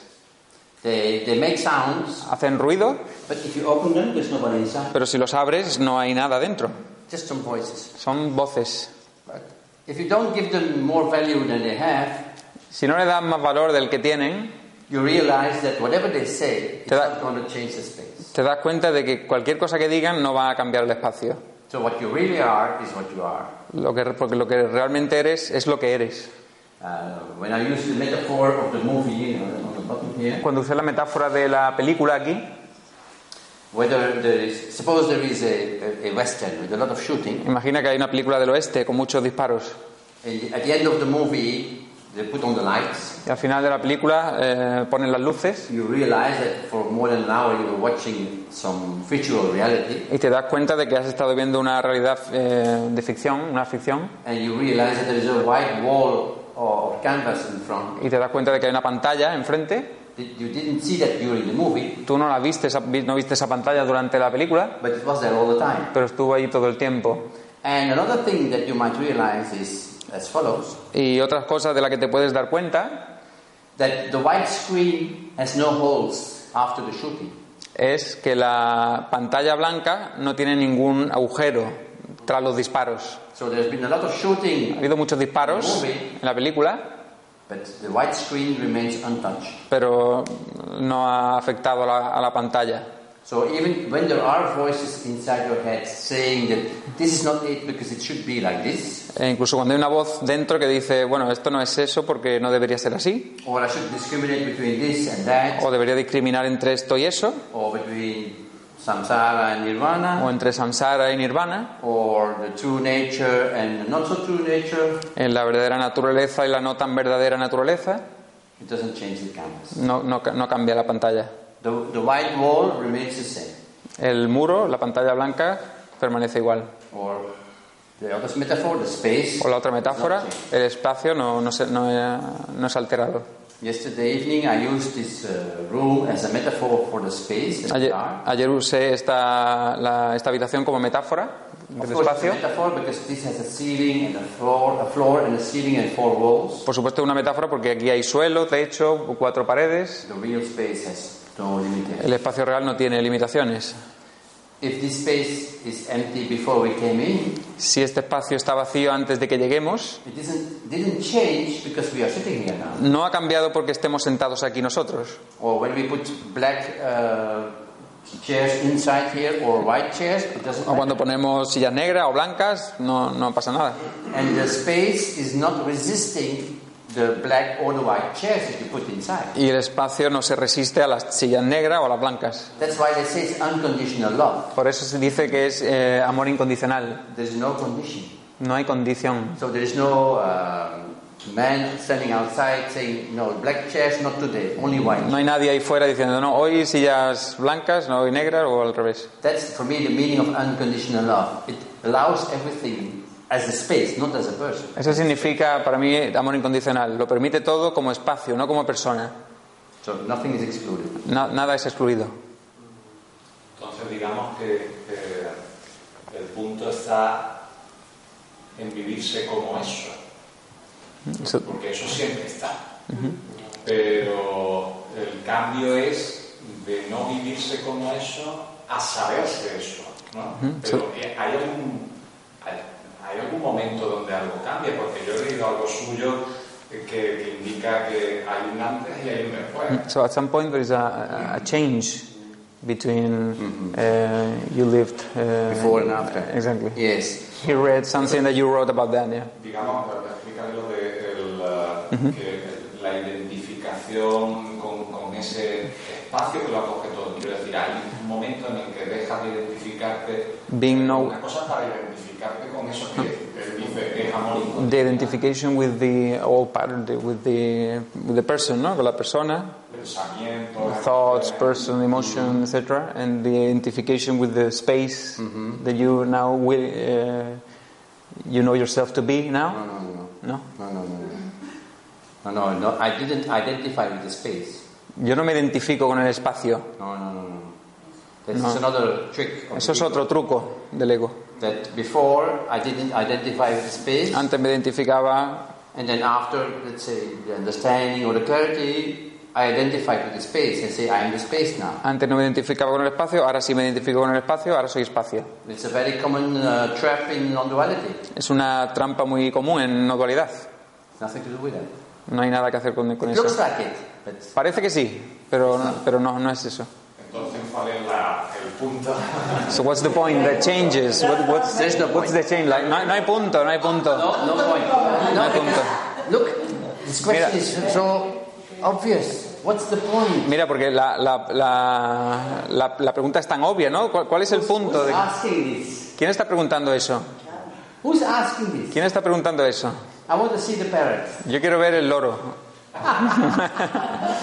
S1: They, they make sounds,
S2: hacen ruido,
S1: but if you open them, there's nobody inside.
S2: pero si los abres no hay nada dentro.
S1: Just some voices.
S2: Son voces.
S1: But if you don't give them more value than they have,
S2: Si no le dan más valor del que tienen,
S1: you realize that whatever they say is
S2: Te da-
S1: not going to change the space.
S2: te das cuenta de que cualquier cosa que digan no va a cambiar el espacio.
S1: So what you really are is what you are.
S2: Lo que, porque lo que realmente eres es lo que eres.
S1: Uh, when I use the metaphor of the movie, you know, on the bottom here,
S2: Cuando usé la metáfora de la película aquí,
S1: whether there is, suppose there is a, a, a western with a lot of shooting,
S2: imagina que hay una película del oeste con muchos disparos.
S1: and at the end of the movie, they put on the lights.
S2: Y al final de la película eh, ponen las luces
S1: You realize that for more than an hour you were watching some virtual reality,
S2: Y te das cuenta de que has estado viendo una realidad eh, de ficción, una ficción,
S1: and you realize that there is a white wall or canvas in front.
S2: y te das cuenta de que hay una pantalla enfrente.
S1: that You didn't see that during the movie,
S2: Tú no la viste, esa- vi- no viste esa pantalla durante la película,
S1: but it was there all the time.
S2: pero estuvo ahí todo el tiempo.
S1: And another thing that you might realize is as follows
S2: Y otras cosas de las que te puedes dar cuenta
S1: that the white screen has no holes after the shooting.
S2: es que la pantalla blanca no tiene ningún agujero tras los disparos.
S1: So there's been a lot of
S2: Ha
S1: shooting,
S2: habido muchos disparos en la película,
S1: but the white screen remains untouched.
S2: pero no ha afectado a la, a la pantalla.
S1: So even when there are voices inside your head saying that this is not it because it should be like this,
S2: E incluso cuando hay una voz dentro que dice, bueno, esto no es eso porque no debería ser así,
S1: or I should discriminate between this and that,
S2: o debería discriminar entre esto y eso,
S1: or between samsara and nirvana,
S2: o entre samsara y nirvana,
S1: or the true nature and the not so true nature,
S2: en la verdadera naturaleza y la no tan verdadera naturaleza,
S1: It doesn't change the canvas.
S2: no, no, ca- no cambia la pantalla.
S1: The, the white wall remains the same.
S2: El muro, la pantalla blanca, permanece igual.
S1: Or the other metaphor, the space.
S2: O la otra metáfora, el espacio no, no, se- no, eh, no es alterado.
S1: Yesterday evening I used this uh, room as a metaphor for the space, the
S2: Ayer,
S1: dark.
S2: ayer usé esta, la- esta habitación como metáfora
S1: Of course,
S2: del
S1: it's a
S2: espacio.
S1: metaphor because this has a ceiling and a floor, a floor and a ceiling and four walls.
S2: Por supuesto, una metáfora porque aquí hay suelo, techo, cuatro paredes.
S1: The real space has no
S2: El
S1: limitation.
S2: espacio real no tiene limitaciones.
S1: If this space is empty before we came in,
S2: Si este espacio está vacío antes de que lleguemos,
S1: it isn't, didn't change because we are sitting here now.
S2: no ha cambiado porque estemos sentados aquí nosotros.
S1: Or when we put black uh, chairs inside here or white chairs, it doesn't
S2: O cuando
S1: matter.
S2: ponemos sillas negras o blancas, no, no pasa nada.
S1: And the space is not resisting the black or the white chairs that you put inside.
S2: Y el espacio no se resiste a las sillas negras o a las blancas.
S1: That's why they say it's unconditional love.
S2: Por eso se dice que es eh, amor incondicional.
S1: There's no condition.
S2: No hay condición.
S1: So there is no um, man standing outside saying, no, black chairs not today, only white.
S2: No hay nadie ahí fuera diciendo, no, hoy sillas blancas, no hoy negras o al revés.
S1: That's for me the meaning of unconditional love. It allows everything as a space, not as a person.
S2: Eso significa para mí amor incondicional. Lo permite todo como espacio, no como persona.
S1: So nothing is excluded.
S2: Na- nada es excluido.
S3: Entonces digamos que eh, el punto está en vivirse como eso,
S2: Eso-
S3: porque eso siempre está. Pero el cambio es de no vivirse como eso a saberse eso. ¿no?
S2: Ujú,
S3: Pero eh, hay algún, hay, hay algún momento donde algo cambia, porque yo he leído algo suyo eh, que, que indica que hay un antes y hay un después.
S2: So at some point there is a, a change between uh, you lived uh,
S1: Mm-hmm. Before and after.
S2: Exactly.
S1: Yes.
S2: He read something that you wrote about that. Yeah.
S3: digamos, para explicar lo de el, eh, que la identificación con, con ese espacio que lo acoge todo. Quiero decir, hay un momento en el que dejas de identificarte
S2: Being
S3: con
S2: no-
S3: una cosa para identificarte con eso que él dice que es amor
S2: The
S3: incondicional.
S2: identification with the old pattern, the- with the with the person, no, con la persona,
S3: Pensamientos,
S2: thoughts,
S3: acciones.
S2: person, emotion, etc., and the identification with the space that you now will, uh, you know yourself to be
S1: No,
S2: now.
S1: no, no, no.
S2: No,
S1: No, no, no. No, no, no. no I didn't identify with the space.
S2: yo no me identifico con el espacio.
S1: No, no, no, no. That's
S2: No.
S1: another trick. of
S2: Eso es
S1: the
S2: otro truco del ego.
S1: ego. That before I didn't identify with the space,
S2: Antes me identificaba
S1: and then after, let's say, the understanding or the clarity, I identify with the space and say, I am the space now.
S2: Antes no me identificaba con el espacio, ahora sí me identifico con el espacio, ahora soy espacio.
S1: It's a very common uh, trap in non-duality.
S2: Es una trampa muy común en no dualidad.
S1: Nothing to do with that.
S2: No hay nada que hacer con, con
S1: It
S2: eso.
S1: looks like it, but
S2: Parece que sí, pero, no- pero no, no es eso.
S3: Entonces, ¿cuál es la- el punto?
S2: So what's the point? The changes. What- what's,
S1: There's no
S2: what's the change? Like, no, hay- no hay punto, no hay punto.
S1: no, no point.
S2: No
S1: No,
S2: hay punto.
S1: Look, this question
S2: Mira.
S1: is so obvious. What's the point?
S2: Mira, porque la, la, la, la- la pregunta es tan obvia, ¿no? ¿Cuál, cuál es el punto?
S1: Who's
S2: De...
S1: asking this?
S2: ¿Quién está preguntando eso?
S1: Who's asking this?
S2: ¿Quién está preguntando eso?
S1: I want to see the parrot.
S2: Yo quiero ver el loro.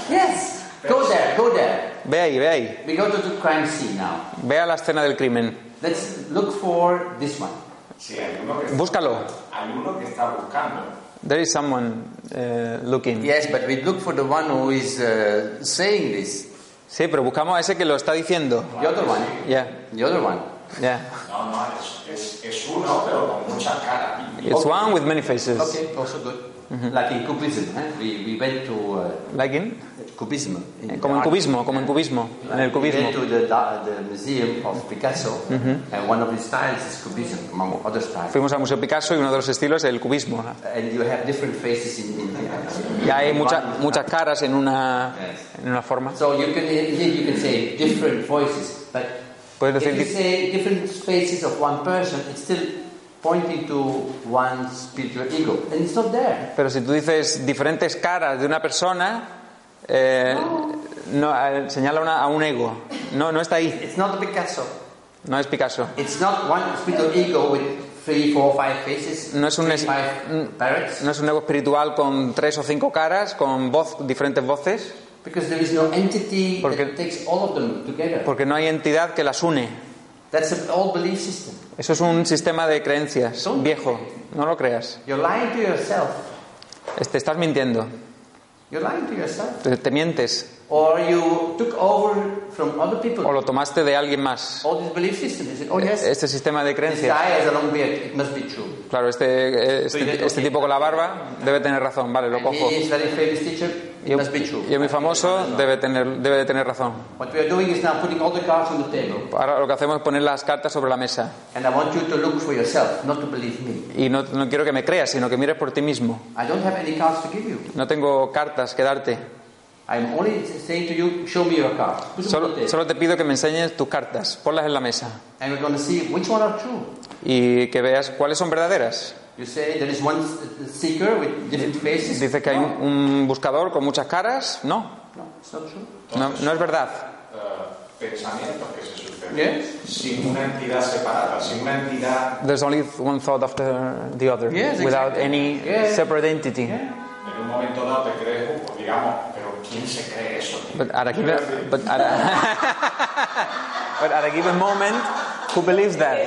S1: Yes. Go there. Go there.
S2: Ve ahí, ve ahí.
S1: We go to the crime scene now.
S2: Ve a la escena del crimen.
S1: Let's look for this one.
S3: Sí, hay uno que,
S2: Búscalo.
S3: hay uno que está buscando.
S2: There is someone eh, looking.
S1: Yes, but we look for the one who is uh, saying this.
S2: Sí, pero buscamos a ese que lo está diciendo.
S1: The other one.
S2: Yeah,
S1: The other one.
S2: yeah.
S3: No, no, es, es, es uno, pero con muchas caras.
S2: It's one with many faces.
S1: Okay, also good. Like in Cubism, eh? we, we went to uh,
S2: Like in,
S1: Eh,
S2: eh,
S1: Cubism. Eh, in
S2: como en
S1: art.
S2: cubismo, como en cubismo, en el
S1: We
S2: cubismo.
S1: went to the, da- the museum of Picasso, and one of his styles is Cubism, among other styles.
S2: Fuimos al Museo Picasso y uno de los estilos es el cubismo.
S1: And you have different faces in, in the
S2: Y hay mucha-
S1: One is-
S2: muchas caras en una, en una forma.
S1: So you can here you can say different voices, but
S2: Puedes
S1: if
S2: decir
S1: you
S2: que-
S1: say different faces of one person, it's still pointing to one spiritual ego, and it's not there.
S2: Pero si tú dices diferentes caras de una persona, eh, no, eh, señala una- a un ego. No, no está ahí.
S1: It's not Picasso.
S2: No es Picasso.
S1: It's not one spiritual ego with three, four, five faces.
S2: No es un
S1: three,
S2: es-
S1: five parrots.
S2: No es un ego espiritual con tres o cinco caras, con voz, diferentes voces,
S1: Because there is no entity
S2: Porque-
S1: that takes all of them together.
S2: porque no hay entidad que las une.
S1: That's an old belief system.
S2: Eso es un sistema de creencias
S1: Son-
S2: viejo, no lo creas.
S1: You're lying to yourself.
S2: Es- Te estás mintiendo.
S1: You're lying to yourself.
S2: Te, te mientes
S1: Or you took over from other people.
S2: o lo tomaste de alguien más.
S1: All this belief system. You said, oh yes,
S2: Este sistema de
S1: this
S2: creencias.
S1: guy has a long beard. It must be true.
S2: Claro, este, este, este tipo con la barba debe tener razón, vale, lo
S1: And
S2: cojo.
S1: he is very famous teacher. It
S2: Y un,
S1: must be true.
S2: y un muy famoso debe tener, debe de tener razón.
S1: What we are doing is now putting all the cards on the table.
S2: Ahora lo que hacemos es poner las cartas sobre la mesa.
S1: And I want you to look for yourself, not to believe me.
S2: Y no, no quiero que me creas, sino que mires por ti mismo.
S1: I don't have any cards to give you.
S2: No tengo cartas que darte.
S1: I'm only saying to you, show me your card. Put them on the
S2: Solo,
S1: table.
S2: solo te pido que me enseñes tus cartas, ponlas en la mesa
S1: And we're going to see which one are true.
S2: y que veas cuáles son verdaderas.
S1: You say there is one s- seeker with different faces.
S2: Dices que hay
S1: no,
S2: un, un buscador con muchas caras. No,
S1: no, it's not true.
S2: no, no es verdad.
S3: eh, pensamientos que se suceden
S1: Yes.
S3: sin una entidad separada, sin una entidad
S2: There's only one thought after the other,
S1: Yes,
S2: without
S1: exactly.
S2: any
S1: Yeah.
S2: separate entity.
S1: Yeah.
S3: en un momento dado te crees, pues digamos, pero ¿quién se cree eso? tío?
S2: But at a given, but at a, but at a given moment, who believes that?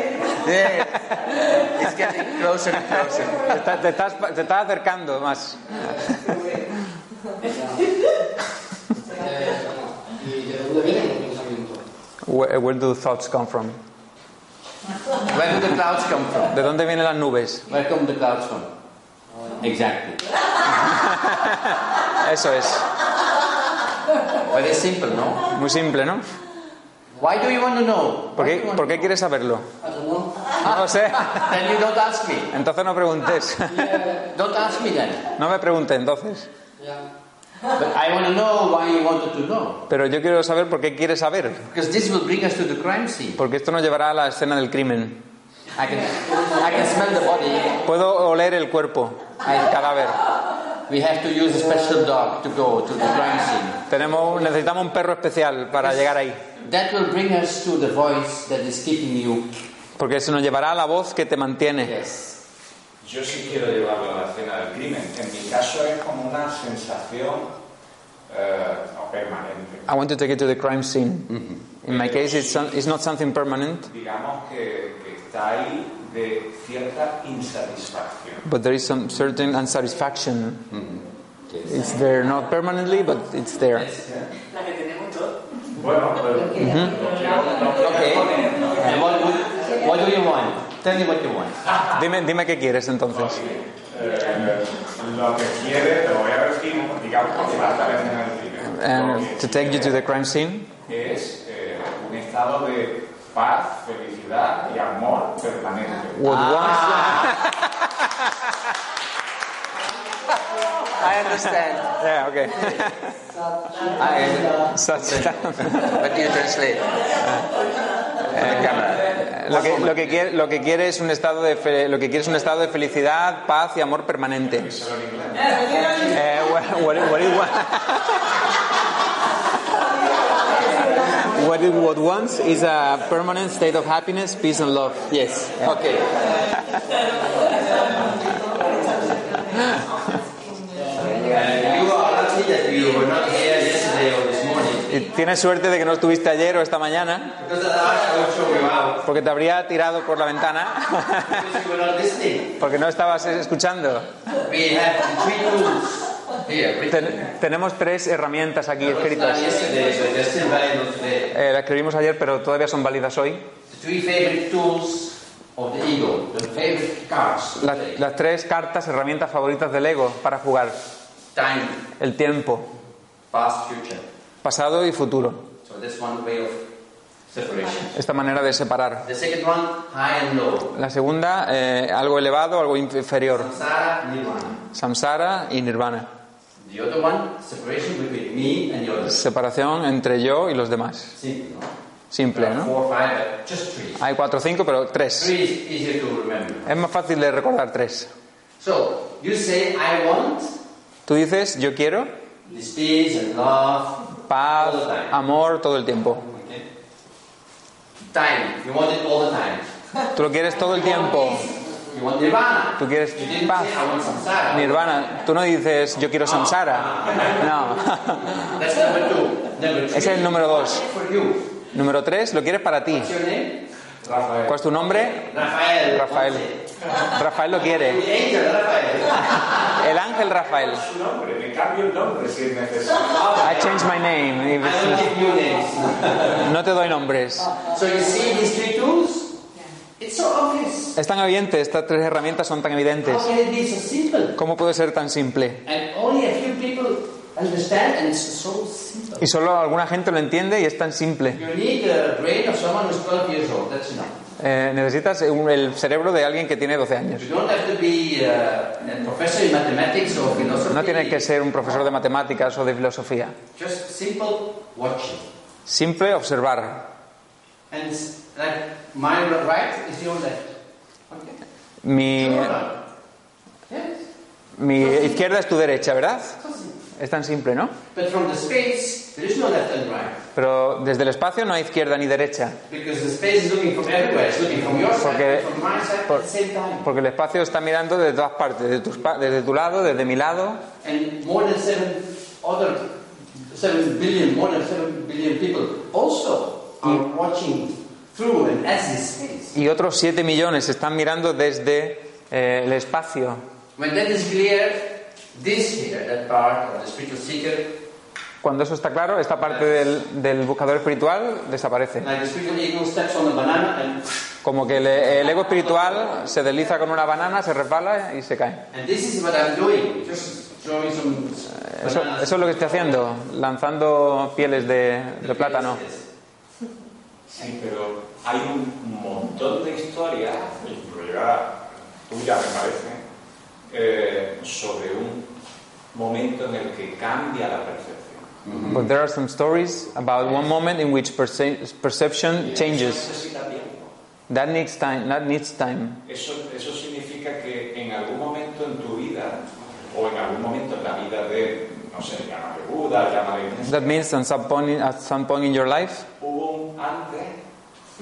S1: Yeah. it's getting closer and closer.
S2: Te, está- te estás, te estás acercando más.
S4: ¿Y de dónde vienen los pensamientos?
S2: Where, where do thoughts come from?
S1: Where do the clouds come from?
S2: ¿De dónde vienen las nubes?
S1: Where come the clouds from? Exactly.
S2: Eso es.
S1: Very simple, no?
S2: Muy simple, ¿no?
S1: Why do you want to know?
S2: ¿Por
S1: Why do
S2: qué,
S1: you want
S2: por
S1: to
S2: qué
S1: know?
S2: quieres saberlo?
S4: Ah, ¿cómo?
S2: No lo sé.
S1: Then you don't ask me.
S2: Entonces no preguntes.
S1: Don't ask me then.
S2: No me preguntes entonces.
S4: Ya.
S1: But I want to know why you wanted to know.
S2: Pero yo quiero saber por qué quieres saber.
S1: Because this will bring us to the crime scene.
S2: Porque esto nos llevará a la escena del crimen.
S1: I can, I can smell the body.
S2: Puedo oler el cuerpo, el cadáver.
S1: We have to use a special dog to go to the crime scene.
S2: Tenemos, necesitamos un perro especial para llegar ahí.
S1: That will bring us to the voice that is keeping you.
S2: Porque eso nos llevará a la voz que te mantiene.
S1: Yes.
S3: Yo sí quiero llevarlo a la escena del crimen. En mi caso es como una sensación eh, no permanente.
S2: I want to take it to the crime scene. In my case, it's, some- it's not something permanent,
S3: Digamos que, que está ahí de cierta insatisfacción.
S2: but there is some certain unsatisfaction. It's there, not permanently, but it's there.
S5: La que tenemos todos.
S3: Bueno, pues, no quiero, no quiero
S1: Okay.
S3: poner- no quiero
S1: And what, would- what do you want? Tell me what you want.
S2: Dime, dime qué quieres entonces.
S3: poner, eh, lo que quiere, te lo voy a decir, digamos, por llevarte a la escena del crimen. Lo
S2: And
S3: que
S2: to take you to the crime scene,
S3: Es eh, un estado de paz, felicidad y amor permanente.
S2: what
S1: I
S5: Ah,
S1: understand.
S2: once- Yeah, okay.
S1: I understand.
S2: Such-
S1: But eh. you translate.
S2: Eh, Lo que, lo, que quiere, lo que quiere es un estado de fe- lo que quiere es un estado de felicidad, paz y amor permanente. Eh, wha- what, it- what it wa- What it- what wants is a permanent state of happiness, peace and love.
S1: Yes. Okay. And you are lucky that you were not here yesterday or this morning.
S2: Y tienes suerte de que no estuviste ayer o esta mañana,
S1: Because otherwise I would show you out.
S2: porque te habría tirado por la ventana,
S1: Because you were not listening.
S2: porque no estabas escuchando.
S1: We have three tools here. written.
S2: Ten- tenemos tres herramientas aquí
S1: It was
S2: escritas.
S1: done yesterday, so they're still valuable today.
S2: Eh, las escribimos ayer, pero todavía son válidas hoy.
S1: The three favorite tools of the ego, the favorite cards. to
S2: Las,
S1: play.
S2: las tres cartas, herramientas favoritas del ego para jugar.
S1: Time,
S2: El tiempo,
S1: past, future.
S2: pasado y futuro.
S1: So that's one way of separation.
S2: Esta manera de separar.
S1: The second one, high and low.
S2: La segunda, eh, algo elevado, algo inferior.
S1: Samsara, nirvana.
S2: Samsara y nirvana.
S1: The other one, separation between me and the others.
S2: Separación entre yo y los demás.
S1: Simple, no?
S2: Simple,
S1: There are
S2: ¿no?
S1: Four, five, but just three.
S2: Hay cuatro o cinco, pero tres.
S1: Three is easier to remember.
S2: Es más fácil de recordar tres.
S1: So, you say, I want
S2: Tú dices, yo quiero
S1: this peace and love.
S2: paz, amor todo el tiempo.
S1: Okay. Time, you want it all the time.
S2: Tú lo quieres todo el tiempo.
S1: You want nirvana.
S2: Tú quieres
S1: You didn't
S2: paz.
S1: say, I want samsara.
S2: Nirvana, tú no dices, yo quiero samsara. No.
S1: That's number two. Number three.
S2: Ese es el número dos.
S1: For you.
S2: Número tres, lo quieres para ti.
S1: What's your name?
S3: Rafael,
S2: ¿Cuál es tu nombre?
S1: Rafael.
S2: Rafael. Rafael lo quiere.
S1: The angel, Rafael.
S2: El Ángel Rafael.
S3: Su nombre, me cambio el nombre si es necesario.
S2: I changed my name. If
S1: I don't
S2: it's-
S1: give new names.
S2: No te doy nombres.
S1: So you see these three tools? It's so obvious.
S2: Es tan evidente, estas tres herramientas son tan
S1: How
S2: evidentes.
S1: can it be so simple?
S2: ¿Cómo puede ser tan simple?
S1: And only a few people understand, and it's so simple.
S2: Y solo alguna gente lo entiende y es tan simple.
S1: You need the brain of someone who's 12 years old, that's enough.
S2: Eh, necesitas un- el cerebro de alguien que tiene 12 años.
S1: You don't have to be uh, a professor in mathematics or philosophy.
S2: No tienes que ser un profesor de matemáticas o de filosofía.
S1: Just simple watching.
S2: Simple observar.
S1: And it's like my right is your left. Okay.
S2: Mi,
S1: Your right. Yes.
S2: mi izquierda es tu derecha, ¿verdad?
S1: so simple.
S2: Es tan simple, ¿no?
S1: But from the space, there is no left and right.
S2: Pero desde el espacio no hay izquierda ni derecha.
S1: Because the space is looking from everywhere. It's looking from your side,
S2: Porque-
S1: from my side
S2: por-
S1: at the same time.
S2: Porque el espacio está mirando de todas partes, de tus pa- desde tu lado, desde mi lado.
S1: And more than seven other, seven billion, more than seven billion people also are
S2: Mm.
S1: watching through and as this space.
S2: Y otros 7 millones están mirando desde eh, el espacio.
S1: When that is clear, this here, that part of the spiritual seeker,
S2: Cuando eso está claro, esta parte del, del buscador espiritual desaparece.
S1: like the spiritual eagle steps on the banana and
S2: Como que el, el ego espiritual se desliza con una banana, se resbala y se cae.
S1: And this is what I'm doing, just throwing some
S2: Eso,
S1: bananas.
S2: eso es lo que estoy haciendo, lanzando pieles de, de plátano.
S3: Sí, pero hay un montón de historias, incluida tuya me parece, eh, sobre un momento en el que cambia la percepción.
S2: But there are some stories about one moment in which perce- perception
S3: Eso
S2: changes.
S3: necesita tiempo.
S2: That needs time. That needs time.
S3: Eso, eso significa que en algún momento en tu vida, o en algún momento en la vida de, no sé, llámale Buda, llámale...
S2: That means at some point, in- at some point in your life,
S3: Hubo un antes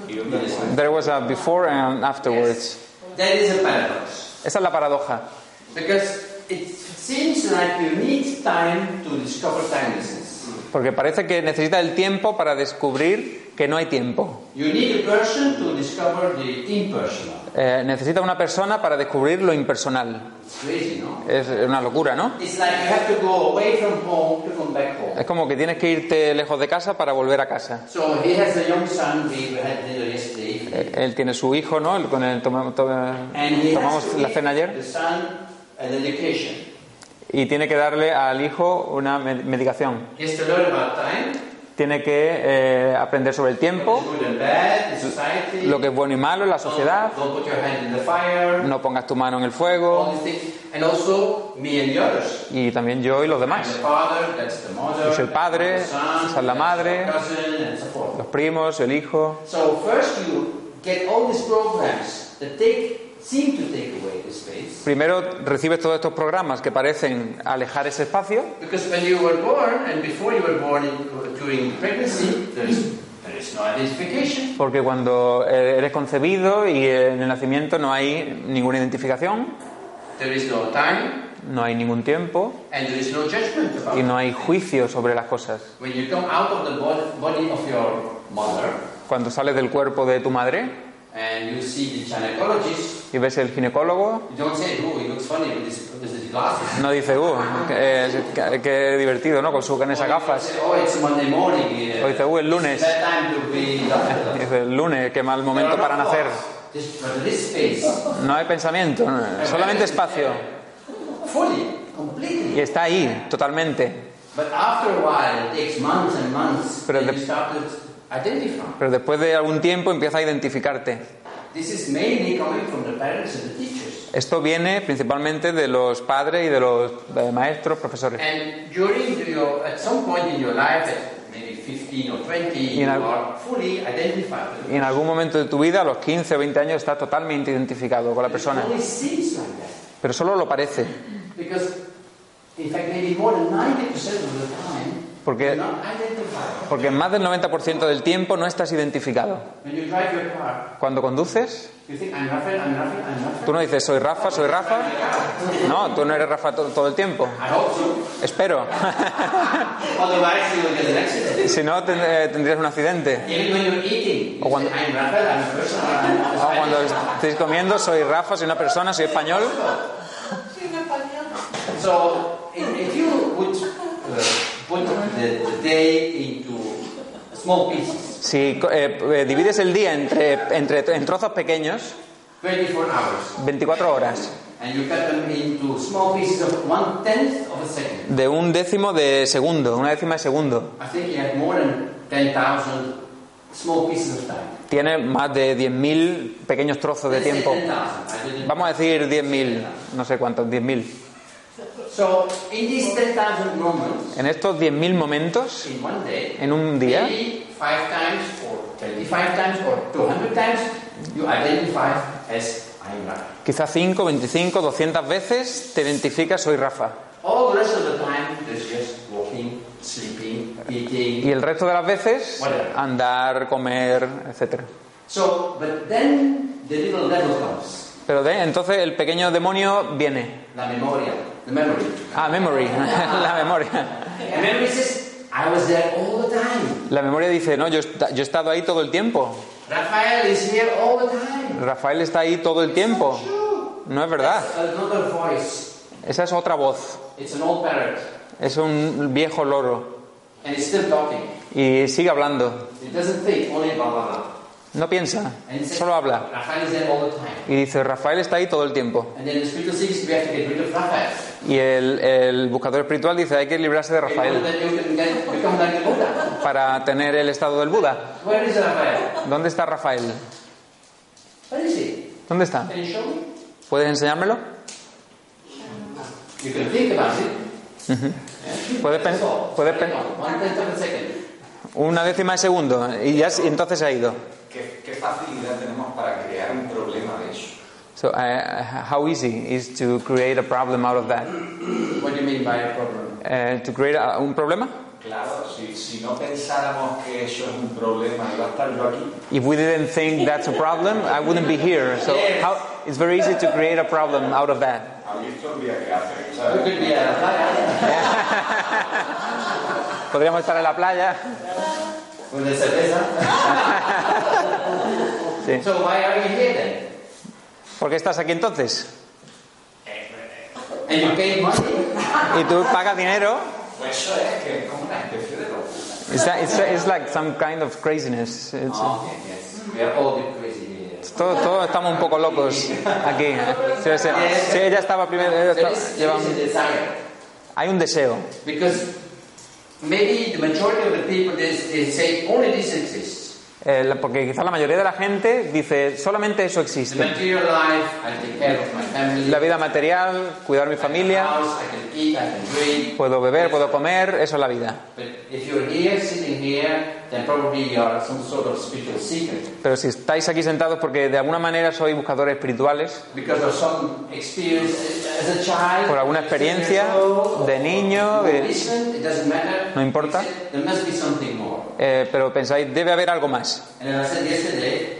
S3: y un después.
S2: there was a before and afterwards.
S1: That is a paradox.
S2: Esa es la paradoja.
S1: Because it seems like you need time to discover timelessness.
S2: Porque parece que necesita el tiempo para descubrir que no hay tiempo.
S1: You need a person to discover the impersonal.
S2: Eh, necesita una persona para descubrir lo impersonal.
S1: It's crazy, no?
S2: Es una locura, ¿no?
S1: It's like you have to go away from home to come back home.
S2: Es como que tienes que irte lejos de casa para volver a casa.
S1: So he has a young son, we had dinner yesterday.
S2: Eh, Él tiene su hijo, ¿no? El- Con el toma- toma-
S1: And he has
S2: tomamos
S1: to
S2: la
S1: give
S2: cena ayer.
S1: the son an education.
S2: Y tiene que darle al hijo una me- medicación.
S1: He has to learn about time.
S2: Tiene que eh, aprender sobre el
S1: What
S2: tiempo,
S1: is good and bad, the society.
S2: lo que es bueno y malo en la sociedad.
S1: Don't put your hand in the fire.
S2: No pongas tu mano en el
S1: All
S2: fuego.
S1: these things. And also me and the others.
S2: Y también yo y los
S1: I'm the
S2: demás.
S1: father, that's the mother.
S2: Yo soy el padre,
S1: I'm the son,
S2: esa es la
S1: that's
S2: madre.
S1: the cousin, and so forth.
S2: Los primos, el hijo.
S1: So first you get all these programs that take seem to take away the space.
S2: Primero recibes todos estos programas que parecen alejar ese espacio,
S1: Because when you were born and before you were born in, during pregnancy, there is there is no identification.
S2: porque cuando eh, eres concebido y eh, en el nacimiento no hay ninguna identificación,
S1: There is no time,
S2: no hay ningún tiempo
S1: and there is no judgment about
S2: y
S1: it.
S2: no hay juicio sobre las cosas.
S1: When you come out of the bod- body of your mother,
S2: Cuando sales del cuerpo de tu madre
S1: and you see the gynecologist,
S2: y ves el ginecólogo,
S1: you don't say, oh, he looks funny with his, with his glasses.
S2: no dices, uh, qué, qué- qué divertido, ¿no? Con, su, con esas
S1: Or you don't
S2: gafas.
S1: Say, oh, it's Monday morning.
S2: O dices, uh, el lunes.
S1: It's bad time to be doctor.
S2: Dices, el lunes, qué mal
S1: There
S2: momento
S1: are no
S2: para nacer.
S1: thoughts. This, but this space,
S2: No hay pensamiento, no, solamente espacio.
S1: fully,
S2: Y
S1: completely.
S2: está ahí, totalmente.
S1: But after a while, it takes months and months,
S2: Pero
S1: and
S2: de-
S1: you start to identify.
S2: Pero después de algún tiempo empieza a identificarte.
S1: This is mainly coming from the parents and the teachers.
S2: Esto viene principalmente de los padres y de los eh, maestros, profesores.
S1: And during your, at some point in your life, at maybe 15 or 20, you,
S2: know-
S1: are fully identified with
S2: Y en algún momento de tu vida, a los 15 o 20 años, estás totalmente identificado con la persona.
S1: It only seems like that.
S2: Pero solo lo parece.
S1: Because, in fact, maybe more than 90% of the time,
S2: Porque-
S1: you're not identified.
S2: Porque en más del 90% del tiempo no estás identificado.
S1: When you drive your car,
S2: Cuando conduces,
S1: you think, I'm Rafael, I'm Rafael, I'm Rafael.
S2: tú no dices, soy Rafa, soy Rafa. No, tú no eres Rafa to- todo el tiempo.
S1: I hope so.
S2: Espero.
S1: Otherwise, you will get an accident.
S2: Si no, ten- eh, tendrías un accidente.
S1: Even when you're eating, you
S2: O cuando-
S1: say, I'm Rafael, I'm a person, I'm a
S2: O
S1: Spanish."
S2: cuando estéis comiendo, soy Rafa, soy una persona, soy español.
S1: So if, if you would uh, put the, the day into small pieces,
S2: Si co- eh, eh, divides el día entre, entre- en trozos pequeños,
S1: 24 hours,
S2: 24 horas,
S1: and you cut them into small pieces of one tenth of a second,
S2: de un décimo de segundo, una décima de segundo,
S1: I think you have more than 10,000 small pieces of time.
S2: tiene más de 10.000 pequeños trozos de
S1: Let's say
S2: tiempo.
S1: 10,000. I didn't-
S2: Vamos a decir 10.000, no sé cuántos, 10.000.
S1: So in these 10,000 moments,
S2: En estos 10.000 momentos,
S1: in one day,
S2: en un día,
S1: maybe five times or 25 times or 200 times, you identify as I'm Rafa.
S2: quizás 5, 25, 200 veces te identificas soy Rafa.
S1: All the rest of the time, there's just walking, sleeping,
S2: Y
S1: eating.
S2: el resto de las veces, andar, comer, etc.
S1: So, but then the little devil comes.
S2: Pero de- entonces el pequeño demonio viene.
S1: La memoria, the memory.
S2: Ah, memory, la memoria.
S1: And memory says, I was there all the time.
S2: La memoria dice, no, yo, he esta- yo he estado ahí todo el tiempo.
S1: Raphael is here all the time.
S2: Rafael está ahí todo el tiempo. No es verdad.
S1: Another voice.
S2: Esa es otra voz.
S1: It's an old parrot.
S2: Es un viejo loro.
S1: And it's still talking.
S2: Y sigue hablando.
S1: It doesn't think, only blah blah blah.
S2: No piensa,
S1: And it says,
S2: solo habla.
S1: Raphael is there all the time.
S2: Y dice, Rafael está ahí todo el tiempo.
S1: And then the spiritual seeks, we have to get rid of Raphael.
S2: Y el, el buscador espiritual dice, hay que librarse de
S1: In
S2: Rafael
S1: order that you can get, become like the Buddha.
S2: para tener el estado del Buda.
S1: Where is Raphael?
S2: ¿Dónde está Rafael?
S1: Where is he?
S2: ¿Dónde está?
S1: Can you show me?
S2: ¿Puedes enseñármelo?
S1: You can think about it.
S2: Puedes Mm-hmm. pen-
S1: That's all.
S2: puedes pen-
S1: One tenth of a second.
S2: una décima de segundo y ya s- y entonces se ha ido.
S3: ¿Qué, qué facilidad tenemos para crear un problema de eso?
S2: So, uh, how easy is to create a problem out of that?
S1: What do you mean by a problem?
S2: Uh, to create a- un problema?
S3: Claro, si, si no pensáramos que eso es un problema, iba a estar yo aquí.
S2: If we didn't think that's a problem, I wouldn't be here. So, how, it's very easy to create a problem out of that.
S3: A mí esto habría que hacer,
S1: You
S3: ¿sabes?
S1: could be a Raphael.
S2: Podríamos estar en la playa.
S1: With a cerveza.
S2: Sí.
S1: So why are you here then?
S2: ¿Por qué estás aquí entonces?
S1: And you pay money?
S2: Y tú pagas dinero.
S3: Pues eso es que es como una especie de locura.
S2: It's, it's, it's like some kind of craziness. It's-
S1: Oh, okay, yes. We are all a bit crazy here.
S2: Todos, todos estamos un poco locos aquí. Sí, sí. Sí, ella estaba primero. ella
S1: There
S2: estaba-
S1: is, there
S2: lleva
S1: is a
S2: un-
S1: desire.
S2: hay un deseo.
S1: Because maybe the majority of the people they, they say only this exists.
S2: Eh, la- porque quizás la mayoría de la gente dice solamente
S1: The
S2: eso existe.
S1: material life, I take care of my family,
S2: La vida material, cuidar mi
S1: I have a
S2: familia,
S1: house, I can eat, I can drink.
S2: puedo beber, puedo comer, eso es la vida.
S1: But if you're here, sitting here, then probably you are some sort of spiritual seeker
S2: Pero si estáis aquí sentados porque de alguna manera sois buscadores espirituales,
S1: because of some experience as a child.
S2: Por alguna experiencia de niño, de-
S1: de... Listen, it doesn't matter.
S2: No importa.
S1: You said, There must be something more.
S2: eh, pero pensáis, debe haber algo más.
S1: And as I said yesterday,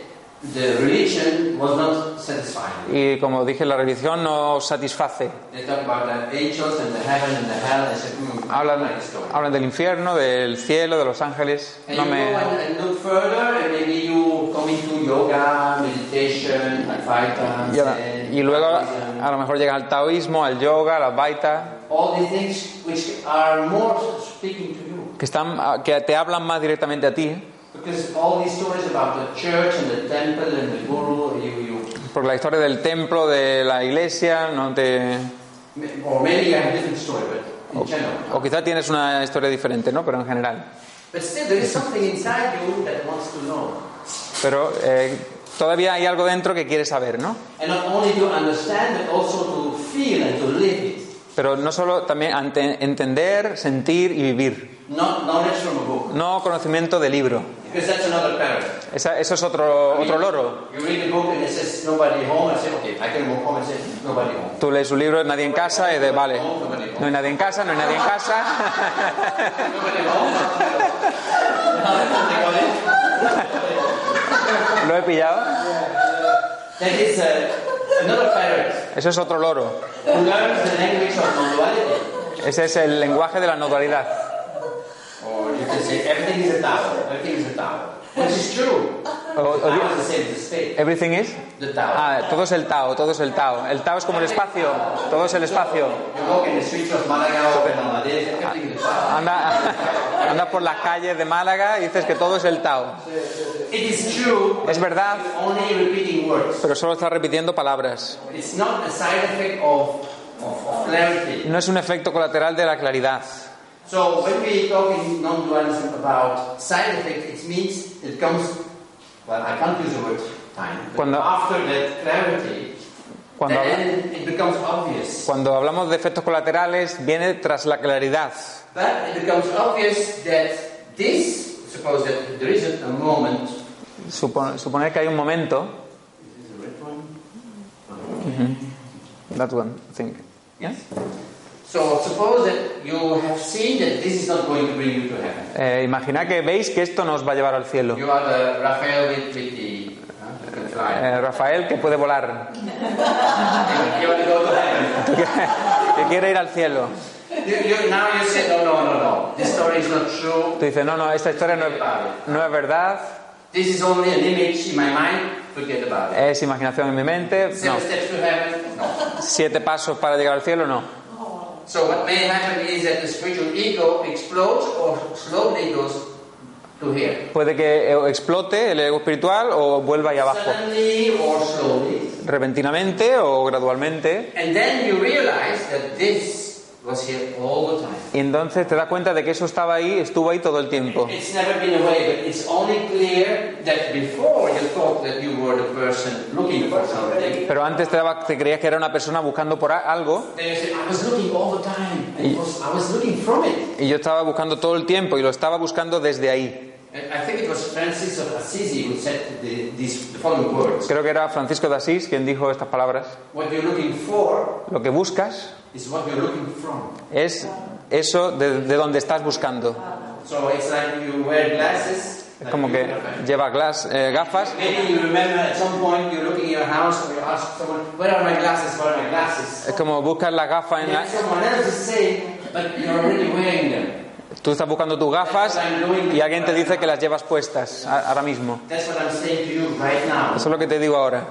S1: the religion was not satisfying.
S2: Y como dije, la religión no os satisface.
S1: They talk about the angels and the heaven and the hell. I said, hmm, I don't
S2: Hablan,
S1: like this story.
S2: hablan del infierno, del cielo, de los ángeles.
S1: And
S2: No
S1: you
S2: me,
S1: go and, and look further, and maybe you come into yoga, meditation, Advaita,
S2: Y, ahora-
S1: Zen,
S2: y luego
S1: Buddhism,
S2: a lo mejor llegas al taoísmo, al yoga, a la baita,
S1: all these things which are more speaking to you.
S2: que, están, que te hablan más directamente a ti, ¿eh?
S1: Because all these stories about the church and the temple and the guru, you, you
S2: porque la historia del templo, de la iglesia, no te...
S1: or maybe you have a different story, but in general.
S2: O quizá tienes una historia diferente, ¿no? Pero en general.
S1: But still, there is something inside you that wants to know.
S2: Pero eh, todavía hay algo dentro que quieres saber, ¿no?
S1: And not only to understand, but also to feel and to live it.
S2: Pero no solo también ante- entender, sentir y vivir.
S1: Not knowledge from a book.
S2: No conocimiento de libro.
S1: Because that's another parrot.
S2: Esa- eso es otro, otro loro.
S1: You read a book and it says nobody home. I say, okay, I can walk home and say nobody home.
S2: Tú lees un libro, nadie en casa, y de vale.
S1: Home, nobody home.
S2: No hay nadie en casa, no hay nadie en casa.
S1: Nobody home. Nobody home.
S2: Lo he pillado.
S1: that is uh, another parrot
S2: Eso es otro loro.
S1: who learns the language of non-duality.
S2: Ese es el lenguaje de la no dualidad.
S1: Or you can say everything is a tower. Everything is a tower. Which is true.
S2: O- o
S1: I
S2: di-
S1: was the same as the state.
S2: Everything is?
S1: The Tao.
S2: Ah, todo es el Tao, todo es el Tao. El Tao es como el espacio, todo es el espacio.
S1: You walk in the streets of Malaga or Bangladesh, everything is Tao.
S2: Anda, anda por las calles de Málaga y dices que todo es el Tao.
S1: It is true,
S2: Es verdad,
S1: only repeating words.
S2: pero solo está repitiendo palabras.
S1: It's not a side effect of, of, of clarity.
S2: No es un efecto colateral de la claridad.
S1: So when we talk in non-dualism about side effect, it means it comes, well, I can't use the word time, but
S2: Cuando-
S1: after that clarity,
S2: Cuando, habla-
S1: then it becomes obvious.
S2: cuando hablamos de efectos colaterales, viene tras la claridad.
S1: But it becomes obvious that this, suppose that there isn't a moment.
S2: Supo- suponer que hay un momento.
S1: Is this the red one?
S2: That one, I think.
S1: Yes. So suppose that you have seen that this is not going to bring you to heaven.
S2: Eh, imaginad que veis que esto nos va a llevar al cielo.
S1: You are the Raphael with, with the. Huh? You can fly.
S2: Eh, Rafael, que puede volar,
S1: You want to go to heaven.
S2: que quiere ir al cielo.
S1: You, you, now you say, no, no, no, no. This story is not true.
S2: Tú dices, no, no, esta historia no es, no es verdad,
S1: This is only an image in my mind. Forget about it.
S2: es imaginación en mi mente. No.
S1: Seven steps to heaven. No.
S2: Siete pasos para llegar al cielo, no.
S1: So what may happen is that the spiritual ego explodes or slowly goes to here.
S2: Puede que eh, explote el ego espiritual o vuelva ahí abajo.
S1: Suddenly or slowly.
S2: Repentinamente o gradualmente.
S1: And then you realize that this was here all the time.
S2: Y entonces te das cuenta de que eso estaba ahí, estuvo ahí todo el tiempo.
S1: It's never been away, but it's only clear that before you thought that you were the person looking for something.
S2: Pero antes te, daba- te creías que era una persona buscando por a- algo
S1: Then you say, I was looking all the time. And it was, I was looking from it.
S2: y yo estaba buscando todo el tiempo y lo estaba buscando desde ahí.
S1: And I think it was Francis of Assisi who said the, these, the following words.
S2: Creo que era Francisco de Asís quien dijo estas palabras.
S1: What you're looking for
S2: Lo que buscas
S1: is what you're looking from.
S2: es eso de, de donde estás buscando.
S1: So it's like you wear glasses.
S2: Es como
S1: like
S2: que
S1: you have a-
S2: llevas glas- eh, gafas
S1: Maybe you remember at some point you're looking in your house and you ask someone, Where are my glasses? Where are my glasses?
S2: Es como buscas las gafas en
S1: And
S2: la...
S1: then someone else is saying, But you're already wearing them.
S2: Tú estás buscando tus gafas y alguien te dice que las llevas puestas a- ahora mismo.
S1: That's what I'm saying to you right
S2: Eso
S1: now.
S2: es lo que te digo ahora.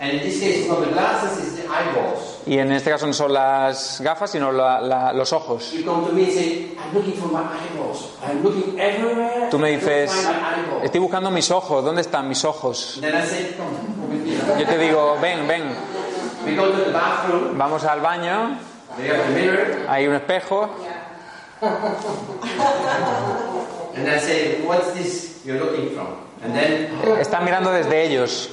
S1: And in this case, it's not the glasses, it's the eyeballs.
S2: Y en este caso no son las gafas, sino la- la- los ojos.
S1: You come to me and say, I'm looking for my eyeballs. I'm looking everywhere.
S2: Tú me
S1: I can't
S2: dices,
S1: find my eyeballs."
S2: estoy buscando mis ojos, ¿dónde están mis ojos?
S1: And then I say, Come, come with me.
S2: Yo te digo, ven, ven,
S1: We go to the bathroom.
S2: vamos al baño,
S1: They have the mirror.
S2: hay un espejo,
S1: And I say, What's this you're looking from? And then
S2: están mirando desde ellos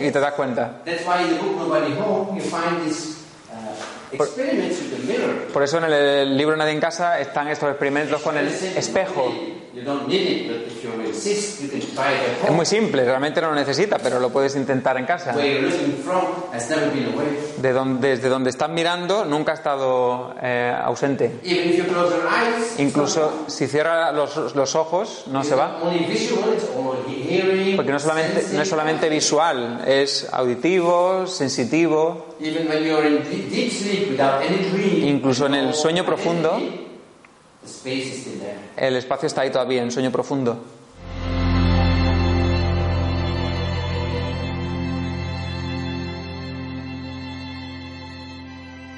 S2: y te das cuenta.
S1: That's why in the book Nobody Home you find these uh, experiments with the mirror.
S2: Por eso en el libro Nadie en casa están estos experimentos con el espejo.
S1: You don't need it, but if you insist, you can try it at
S2: Es
S1: home.
S2: muy simple, realmente no lo necesitas, pero lo puedes intentar en casa.
S1: Where you're looking from has never been away.
S2: De donde, desde donde estás mirando nunca ha estado eh, ausente.
S1: Even if you close your eyes,
S2: Incluso si cierra los, los ojos no se va.
S1: Only visual, it's only hearing.
S2: Porque no, solamente,
S1: sensing.
S2: no es solamente visual, es auditivo, sensitivo.
S1: Even when you're in deep, deep sleep without any dream.
S2: Incluso en el sueño
S1: or
S2: profundo.
S1: anything, The space is still there.
S2: El espacio está ahí todavía, en sueño profundo.